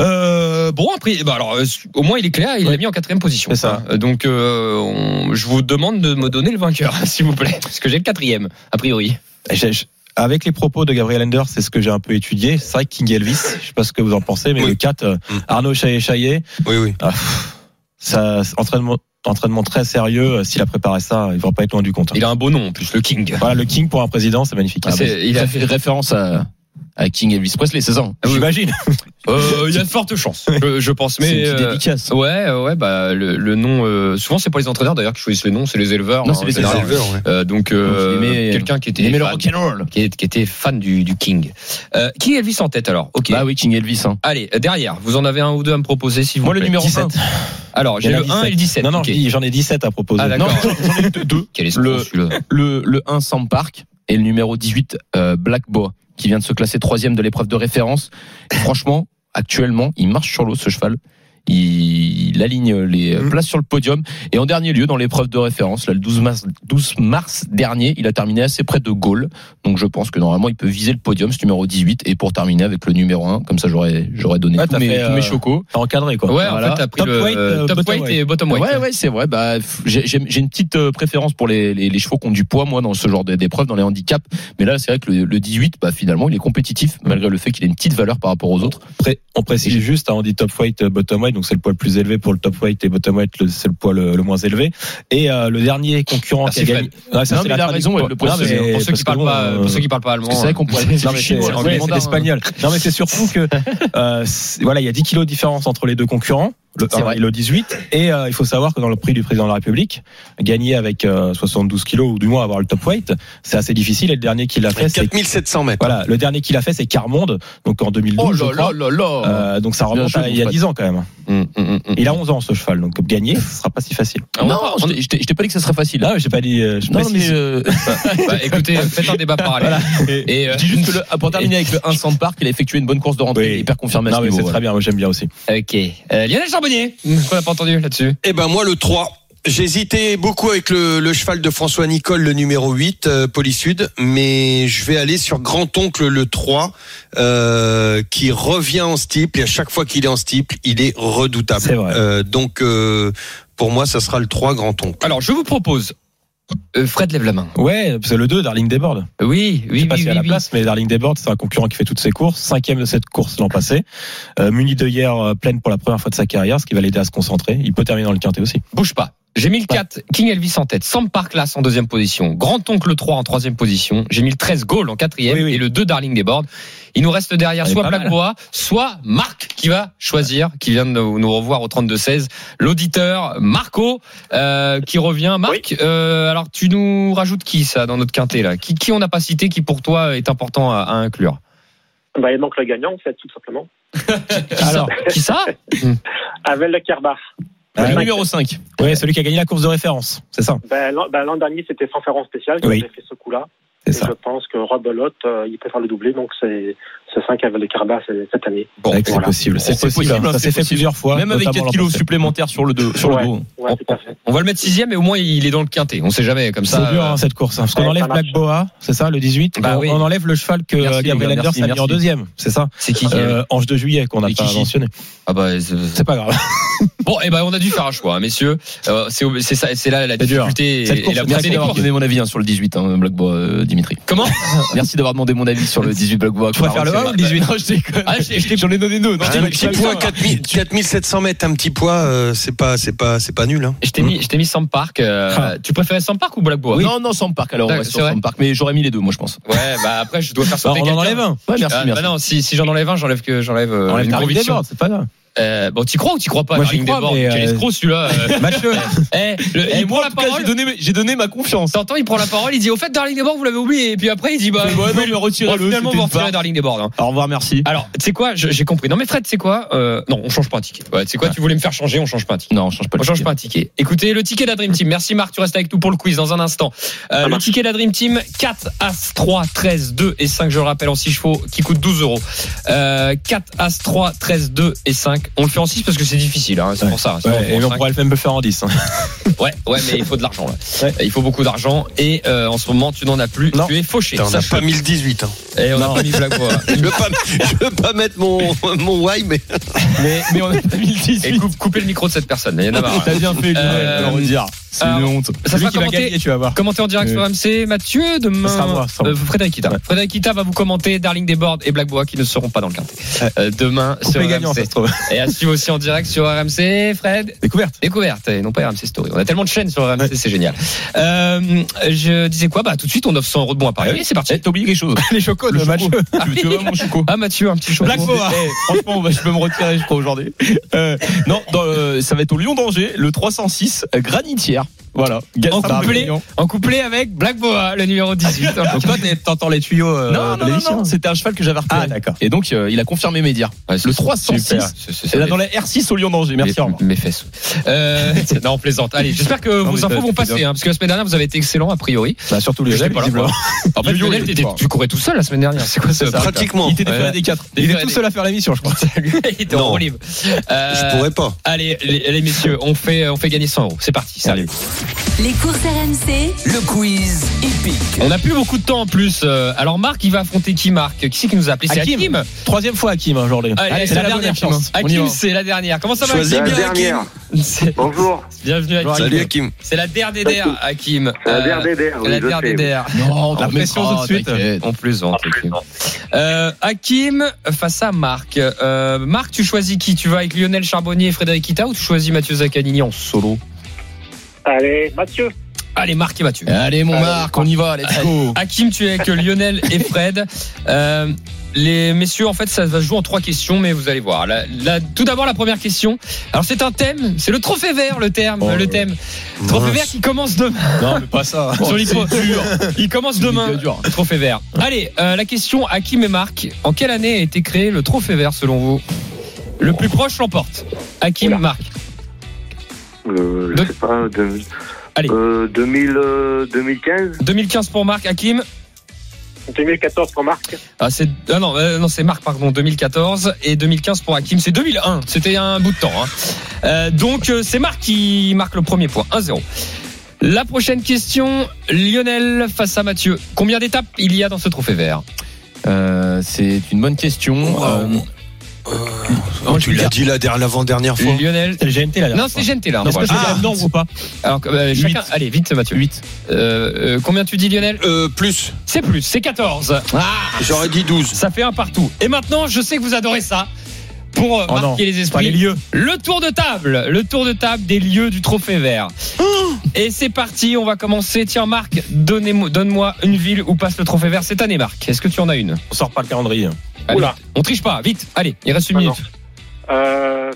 Euh, bon après, bah alors euh, au moins il est clair, il l'a mis en quatrième position.
C'est ça.
Euh, Donc euh, on- je vous demande de me donner le vainqueur, s'il vous plaît, parce que j'ai le quatrième a priori.
J'ai- j'ai- Avec les propos de Gabriel Ender, c'est ce que j'ai un peu étudié. C'est vrai que King Elvis, je sais pas ce que vous en pensez, mais
Oui.
le 4, euh,
Mm.
Arnaud Chaillet-Chaillet,
Oui, oui.
ah, pff, ça, entraînement, entraînement très sérieux. Euh, S'il a préparé ça, il va pas être loin du compte. hein.
Il a un beau nom en plus, le King.
Voilà, le King pour un président, c'est magnifique.
Ah,
C'est-
bah,
il a-
ça fait référence à, à King Elvis Presley, c'est ça hein
Ah, J'imagine.
Euh, il y a de fortes chances, je, je pense.
C'est
Mais
une petite
euh,
dédicace.
ouais, euh, ouais, bah le, le nom. euh, souvent c'est pas les entraîneurs d'ailleurs qui choisissent les noms, c'est les éleveurs.
Non,
hein,
c'est les
en général.
éleveurs.
Euh, donc euh,
Donc, il aimait-
quelqu'un qui était
Il aimait le
fan-
rock'n'roll.
qui, est- qui était fan du, du King. Euh, King Elvis en tête alors. Ok.
Bah oui, King Elvis. Hein.
Allez, euh, derrière, vous en avez un ou deux à me proposer, s'il vous
Moi, le
plaît.
numéro
17.
1.
Alors, j'ai
Il y en a
le 1 et le 17.
Non, non,
ok.
je dis, j'en ai 17 à proposer.
Ah,
Non,
d'accord.
J'en ai deux.
Quel est
Le-
celui-là
Le, le 1, Sam Park. Et le numéro 18, euh, Black Boa, qui vient de se classer troisième de l'épreuve de référence. Et franchement, actuellement, il marche sur l'eau, ce cheval. Il, il aligne les euh,
Mhm.
places sur le podium. Et en dernier lieu, dans l'épreuve de référence, là, le 12 mars, 12 mars dernier, il a terminé assez près de Gaulle. Donc je pense que normalement, il peut viser le podium, ce numéro 18. Et pour terminer avec le numéro 1, comme ça, j'aurais j'aurais donné
Ouais,
tous,
t'as
mes,
fait,
tous mes
euh,
chocos.
T'as encadré, quoi.
Ouais,
Voilà.
en fait, t'as pris
Top
le
weight,
euh,
euh,
top
bottom
weight
weight.
et bottom weight.
Ouais, ouais, c'est vrai. Bah, f- j'ai j'ai- j'ai une petite euh, préférence pour les, les, les chevaux qui ont du poids, moi, dans ce genre d'épreuve, dans les handicaps. Mais là, c'est vrai que le, le 18, bah, finalement, il est compétitif, malgré le fait qu'il ait une petite valeur par rapport aux autres.
Pré- on précise juste, hein, on dit top weight, euh, bottom weight, donc c'est le poids le plus élevé pour le top weight et bottom weight, le- c'est le poids le, le moins élevé. Et euh, le dernier concurrent
Merci,
qui a gagné. Non,
Non, mais il a raison, ouais, le
Pour,
Non,
ceux,
mais
pour ceux qui parlent pas, pour ceux qui parlent pas allemand.
euh,
hein.
Parce que c'est vrai qu'on
euh,
pourrait
Non, mais c'est
chinois,
c'est
anglais,
anglais, c'est
mandarin.
espagnol. Non, mais c'est surtout que euh, c'est- voilà, il y a 10 kilos de différence entre les deux concurrents, le
C'est
1
vrai.
et le 18. Et euh, il faut savoir que dans le prix du président de la République, gagner avec euh, 72 kilos ou du moins avoir le top weight, c'est assez difficile. Et le dernier qui l'a fait, c'est
4700 mètres.
voilà, le dernier qui l'a fait, c'est Carmonde, donc en 2012.
Oh
je
là là
crois.
là là
Euh, donc ça
Bien
remonte
joué,
à
mon
il y a
Fred.
10 ans quand même. hein.
Hum, hum, hum, hum.
Il a 11 ans ce cheval, donc gagner, ce sera pas si facile.
Ah, on
Non,
va-
je t'ai- je t'ai je t'ai pas dit que ça serait facile.
Là, j'ai pas dit. euh, je
Non,
précise.
mais euh,
Bah, écoutez, faites un débat parallèle. Et, euh,
je dis juste que le- pour terminer avec le 1 Sam Park, il a effectué une bonne course de rentrée,
Oui.
hyper confirmé à
Non,
ce
mais
niveau.
c'est
ouais.
très bien, moi j'aime bien aussi.
Hmm.
Ok. Euh, Lionel Charbonnier, qu'on n'a pas entendu là-dessus.
Eh ben moi le 3, J'hésitais beaucoup avec le, le cheval de François Nicole, le numéro 8, euh, Polisud, mais je vais aller sur Grand-Oncle le 3, euh, qui revient en steeple, et à chaque fois qu'il est en steeple, il est redoutable.
C'est vrai.
Euh, donc, euh, pour moi, ça sera le 3 Grand-Oncle.
Alors, je vous propose. Euh, Fred lève la main.
Ouais, parce que le 2, Darling Desbordes.
Oui,
Je
oui,
sais pas
oui.
s'il y a
oui,
la
oui.
place, mais Darling Desbordes, c'est un concurrent qui fait toutes ses courses. Cinquième de cette course l'an passé. Euh, muni de hier euh, pleine pour la première fois de sa carrière, ce qui va l'aider à se concentrer. Il peut terminer dans le quintet aussi.
Bouge pas. J'ai mis le 4, King Elvis en tête, Sam Parklas en deuxième position, Grand Oncle 3 en troisième position, j'ai mis le 13 Gaulle en quatrième
Oui, oui.
et le 2 Darling Desbordes. Il nous reste derrière
Elle est
soit
pas mal.
Placboa, soit Marc qui va choisir, qui vient de nous nous revoir au 32-16, l'auditeur Marco euh, qui revient. Marc, euh, alors tu nous rajoutes qui ça dans notre quintet là qui, qui on n'a pas cité, qui pour toi est important à, à inclure
Bah, il manque le gagnant, en fait, tout simplement.
qui ça, qui ça
Avec le Kerbar.
Ouais,
Le numéro 5.
ouais, celui qui a gagné la course de référence. C'est ça.
Ben, l'an ben, l'an dernier, c'était sans faire en spécial que
Oui.
j'ai fait ce coup-là.
C'est
Et
ça.
je pense que Robelotte, euh, il préfère le doubler, donc c'est c'est 5 avec le Kerbar c'est- cette année.
Ouais, c'est
voilà.
possible. C'est
C'est
possible.
possible, hein,
ça s'est
c'est
fait
possible.
plusieurs fois.
Même avec
notamment
4
l'an
kilos
passé.
supplémentaires sur le, dos- sur
Ouais.
le dos.
Oh.
Ouais, tout à fait.
On va le mettre sixième et au moins il est dans le quintet. On sait jamais comme ça.
C'est dur
euh,
hein, cette course, hein, parce qu'on
Ouais,
enlève
ça marche.
Black Boa, c'est ça, le 18.
Bah
on,
oui.
on enlève le cheval que
Merci,
euh, Gabriel
Hubert,
Anders
merci,
a mis en
merci.
deuxième, c'est ça.
C'est qui qui-
Euh, Ange de juillet qu'on n'a
Et
pas
Kiki.
mentionné.
Ah bah, c'est-
C'est pas grave.
Bon, eh ben, on a dû faire un choix, hein, messieurs. Euh, c'est ob- c'est ça, c'est là la
C'est dur.
difficulté
Cette
et,
course,
la
c'est
Merci
beauté des
d'avoir
courses.
donné mon avis hein, sur le 18, hein, Blackbois, euh, Dimitri.
Comment
Merci d'avoir demandé mon avis sur le 18 Blackbois.
Tu préfères le un ou le 18
Non, je déconne.
Ah, j'ai- j'ai-
J'en ai donné deux. non,
Un petit poids, 4000 4700 mètres, un petit poids, euh, c'est pas, c'est pas, c'est pas nul. Hein.
Je t'ai mis, je t'ai mis Sam Park. euh,
Ah.
Tu préférais Sam Park ou Black Boa
Non, non, Sam Park, alors on
D'accord,
va
c'est
sur
vrai.
Sam Park. Mais j'aurais mis les deux, moi, je pense.
Ouais, bah après je dois faire
Alors,
sauter
on en
quelqu'un.
enlève un.
Ouais, merci,
Ah,
merci.
bah non, si, si j'en enlève un, j'enlève que j'enlève euh,
On enlève
une
Darling
conviction.
Desbordes, c'est pas grave.
Euh, bon, t'y crois ou t'y crois pas
Moi,
la
j'y
ligne
crois,
des bords
mais,
Quel
euh,
escroc celui-là euh.
Mathieu,
Eh, le- il prend la parole.
donné, ma
Ah,
confiance.
T'entends, il prend la parole, il dit au fait Darling Desbordes, vous l'avez oublié. Et puis après, il dit bah, vous pouvez-
le
bon,
retirer
finalement, on va retirer Darling Desbordes. hein.
Au revoir, merci.
Alors, tu sais quoi, je- j'ai compris. Non mais Fred, c'est quoi Euh, Non, on change pas un ticket. Ouais, tu sais quoi,
Ah.
tu voulais me faire changer, on change pas un ticket.
Non, on change pas
On
le
change
ticket.
pas un ticket. Écoutez, le ticket de la Dream Team. Merci Marc, tu restes avec nous pour le quiz dans un instant. Euh, le ticket de la Dream Team, 4 As 3, 13, 2 et 5, je le rappelle, en 6 chevaux, qui coûte 12 euros. Euh, 4 As 3, 13, 2 et 5. On le fait en 6 parce que c'est difficile, hein, c'est pour ça. Sinon, on le fait
Ouais,
en
et on
cinq.
pourrait même le faire en 10. hein.
ouais, ouais, mais il faut de l'argent. là.
Ouais.
Il faut beaucoup d'argent et euh, en ce moment, tu n'en as plus.
Non.
Tu es fauché.
Putain, on n'a pas mis le 18. Hein.
Et on a pas mis Flaco, hein.
Je veux pas, je veux pas mettre mon mon why, mais
Mais, mais on a pas mis le
Et
18.
coupe- coupez le micro de cette personne. Il y en a marre. hein.
T'as bien fait, Lionel,
Euh,
de le redire. C'est une
alors,
honte.
Ça
Celui
sera
qui va
commenté
gagner, tu vas voir.
Commenter en direct
Oui.
sur AMC, Mathieu, demain.
Ça Euh, sera moi, ça sera moi.
euh, Frédéric Kita. Frédéric Kita va vous commenter Darling Desbordes et Black Boa qui ne seront pas dans le quintet. Euh, demain sur
Coupé gagnant, ça
RMC.
se trouve.
Et à suivre aussi en direct sur RMC, Fred.
Découverte.
Découverte, et non pas RMC Story. On a tellement de chaînes sur RMC, c'est génial. Euh, je disais quoi Bah tout de suite, on offre 100 euros de bon à Paris. C'est parti.
Eh, T'as oublié quelque chose.
Les chocos
Le
de match.
choco. Tu veux- tu veux voir mon choco
Ah Mathieu, un petit chocolat.
Black Boa. Eh, franchement, bah, je peux me retirer, je crois, aujourd'hui. Euh, non, dans, euh, ça va être au Lyon d'Angers, le 306, euh, Granitière. Voilà. Gaston
En couplet.
Perpignan.
En couplé avec Black Boa, le numéro 18.
Donc toi, t'es- t'entends les tuyaux. euh,
Non,
de
non, non,
l'émission.
non, c'était un cheval que j'avais repéré.
Ah, d'accord.
Et donc, euh, il a confirmé mes dires. Le 306. Et là, dans la R6 au Lyon d'Angers. Merci, au
mes,
revoir.
mes fesses. Euh, non, on plaisante. Allez, j'espère que
mais
vos
t'as-
infos vont
t'as
passer,
bien.
hein, parce que la semaine dernière, vous avez été excellent, a priori.
Bah, surtout
Je
les
sais pas là,
visiblement.
En fait,
Yo-yo,
Lionel,
il
t'étais-
était fort.
tu courais tout seul la semaine dernière. C'est quoi ça
pratiquement.
Il était déféré
Ouais.
des 4.
Il est
Ouais,
tout seul à faire la mission, je crois.
Il était en
Non.
roue libre. Euh,
Je pourrais pas.
Allez, les, les messieurs, on fait, on fait gagner 100 euros. C'est parti. Salut.
Les courses RMC.
Le quiz épique.
On n'a plus beaucoup de temps en plus. Euh, Alors Marc, il va affronter qui Marc Qui c'est qui nous a appelé C'est
Hakim.
Hakim.
Troisième fois, Hakim,
hein,
aujourd'hui.
Allez, c'est la, dernière
bonne
chance.
On y va.
Hakim, c'est la dernière. Comment ça va
Choisis
Hakim
bien la dernière.
C'est-
Bonjour,
Bienvenue Hakim.
Salut Hakim.
C'est la dernière DDR, Hakim. Euh,
DDR.
la dernière DDR.
Non,
la pression tout de suite.
On plaisante. Hakim. Euh, Hakim face à Marc. Euh, Marc, tu choisis qui Tu vas avec Lionel Charbonnier et Frédéric Kita ou tu choisis Mathieu Zaccanini en solo
Allez, Mathieu.
Allez, Marc et Mathieu.
Allez, mon Marc, on y va. Let's go.
Hakim, tu es avec Lionel et Fred. Euh, les messieurs, en fait, ça va se jouer en trois questions, mais vous allez voir. La- la- tout d'abord, la première question. Alors, c'est un thème, c'est le trophée vert, le terme,
Oh là
le
là.
thème. Trophée vert qui commence demain.
Non, mais pas ça.
Oh,
Sur les trois. Il commence demain.
C'est dur.
Trophée vert. Allez, euh, la question Hakim et Marc. En quelle année a été créé le trophée vert selon vous Le plus proche l'emporte. Hakim, Marc.
Euh,
De-
je sais pas, 2000.
Allez.
Euh, 2000, euh, 2015
2015 pour Marc, Hakim.
2014 pour Marc.
Ah, c'est, ah non, euh, non, c'est Marc, pardon, 2014. Et 2015 pour Hakim, c'est 2001. C'était un bout de temps. hein. Euh, donc euh, c'est Marc qui marque le premier point, 1-0. La prochaine question, Lionel face à Mathieu. Combien d'étapes il y a dans ce trophée vert
Euh, c'est une bonne question.
Wow.
Euh,
Non, Oh,
moi, je
tu
veux
l'as
dire-
dit la der- l'avant-dernière fois.
Lionel.
C'est le GNT là.
Non, c'est GNT là.
Non, c'est
Voilà.
pas
Ah.
non ou pas
Alors, euh, chacun-
Huit.
Allez, vite Mathieu.
8.
Euh, euh, combien tu dis Lionel
Euh, plus,
C'est plus, c'est 14. Ah
j'aurais dit 12.
Ça fait un partout. Et maintenant, je sais que vous adorez ça. Pour euh,
Oh
marquer
non,
les
Pas
esprits.
les lieux.
Le tour de table, le tour de table des lieux du trophée vert. Et c'est parti, on va commencer. Tiens Marc, donnez-moi- donne-moi une ville où passe le trophée vert cette année Marc. Est-ce que tu en as une
On sort pas le calendrier.
Allez,
Oula.
On triche pas, vite. Allez, il reste une
Ah non.
minute.
Euh,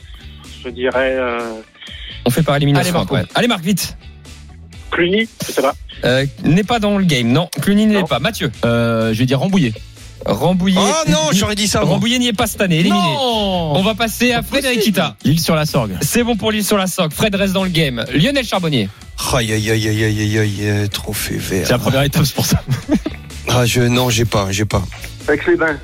je dirais euh,
On fait par élimination
Allez, Marco.
après. Allez Marc, vite.
Cluny, je sais pas.
Euh, n'est pas dans le game. Non, Cluny n'est
Non.
pas. Mathieu,
Euh, je vais dire Rambouillet.
Rambouillet.
Ah non, j'aurais dit ça. avant.
Rambouillet n'y est pas cette année, éliminé. On va passer à Frédéric Kita.
L'île sur la Sorgue.
C'est bon pour l'île sur la soc. Fred reste dans le game. Lionel Charbonnier.
Oh. Aïe aïe aïe aïe aïe aïe aïe, euh, trophée
C'est la
vert.
première étape, c'est pour ça.
Ah je non, j'ai pas, j'ai pas.
Avec les bains.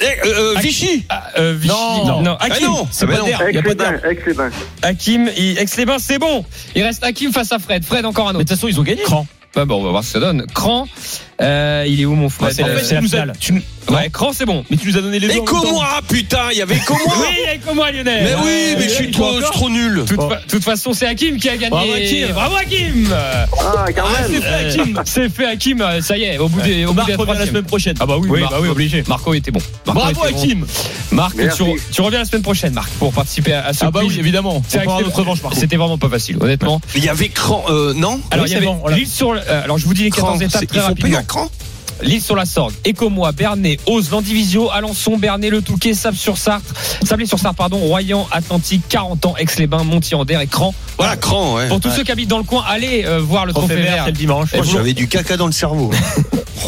Eh, euh, euh,
Ah,
Vichy.
Ah, euh, Vichy.
Non.
non.
Ah
Hakim.
non,
c'est
ah bah
pas
non.
d'herbe.
Avec
Y a pas
les
de
bains. Avec les bains.
Hakim, il- Aix-les-Bains, c'est bon. Il reste Hakim face à Fred. Fred, encore un
Mais de
autre.
toute façon, ils ont gagné. Cran.
Bah bon, on va voir ce que ça donne. Cran, euh, il est où mon Fred
Ouais, c'est
Euh,
la- c'est la finale.
Ouais, Cran, c'est bon.
Mais tu nous as donné les
Et Comois, putain, il y avait Comois.
Oui, il est comme moi, Lionel.
Mais oui, mais je
il
suis
joue
trop,
encore.
trop nul.
Toute, fa- toute façon, c'est Hakim qui a gagné.
Oh. Bravo, Hakim.
Bravo, Hakim.
Ah, quand même.
Euh, C'est fait, Hakim. euh, Ça y est, au bout des, au bout
Marc
des
revient la
troisièmes.
semaine prochaine.
Ah bah oui,
Oui,
Marco,
bah oui, obligé.
Marco était bon. Marco
Bravo
était bon.
Hakim.
Marc, tu,
Merci.
tu reviens la semaine prochaine, Marc, pour participer à, à ce
Ah bah
quiz.
oui, évidemment.
C'est vrai que
On prendra
c'était-
notre revanche, Marco.
C'était vraiment pas facile, honnêtement.
Il y avait Cran, euh, non
Alors, il
Oui,
y
c'est
avait
bon, on l'a.
Lille sur, le- euh, alors, je vous dis les 14
Cran,
étapes
c'est-
très
ils font payer
rapidement.
à Cran
Lille sur la Sorgue, Écomois, Bernay, Ose, Landivisio, Alençon, Bernay, Le Touquet, Sable-sur-Sarthe, Sablé-sur-Sarthe, pardon, Royan, Atlantique, 40 ans, Aix-les-Bains, Montier-en-Der et Cran.
Voilà, Cran, ouais.
Pour tous ceux qui habitent dans le coin, allez euh, voir le trophée, vert.
c'est le dimanche.
Et vous-
J'avais du caca dans le cerveau.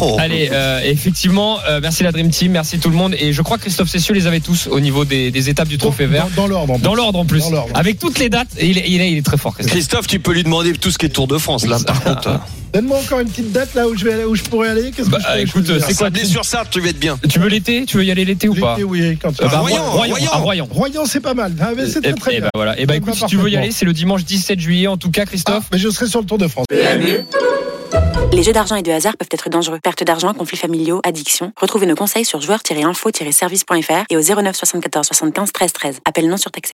Oh.
Allez, euh, effectivement, euh, merci la Dream Team, merci tout le monde. Et je crois que Christophe Cessieux les avait tous au niveau des, des étapes du trophée vert.
Dans, dans l'ordre. en plus.
Dans l'ordre en plus.
Dans l'ordre.
Avec toutes les dates, et il, est- il est, il est très fort, Christophe.
Christophe, tu peux lui demander tout ce qui est Tour de France, là, par contre.
Donne-moi encore une petite date là où je, vais aller, où je pourrais aller. Qu'est-ce
Bah,
que je pourrais
écoute,
choisir
c'est quoi
Blessure Sartre, tu vas être bien.
Euh, Tu veux l'été Tu veux y aller l'été ou pas
L'été, oui, quand tu-
Ah,
bah,
Royan, Royan.
à Royan.
Royan, c'est pas mal. Ah, mais c'est
Et-
très très
et
bien.
bah voilà. Et bah
Ça me
écoute,
va
si tu veux y
parfaitement.
aller, c'est le dimanche 17 juillet en tout cas,
Ah,
Christophe.
mais je serai sur le Tour de France.
Les jeux d'argent et de hasard peuvent être dangereux. Perte d'argent, conflits familiaux, addiction. Retrouvez nos conseils sur joueurs-info-service.fr et au 09 74 75 13 13. Appel non surtaxé.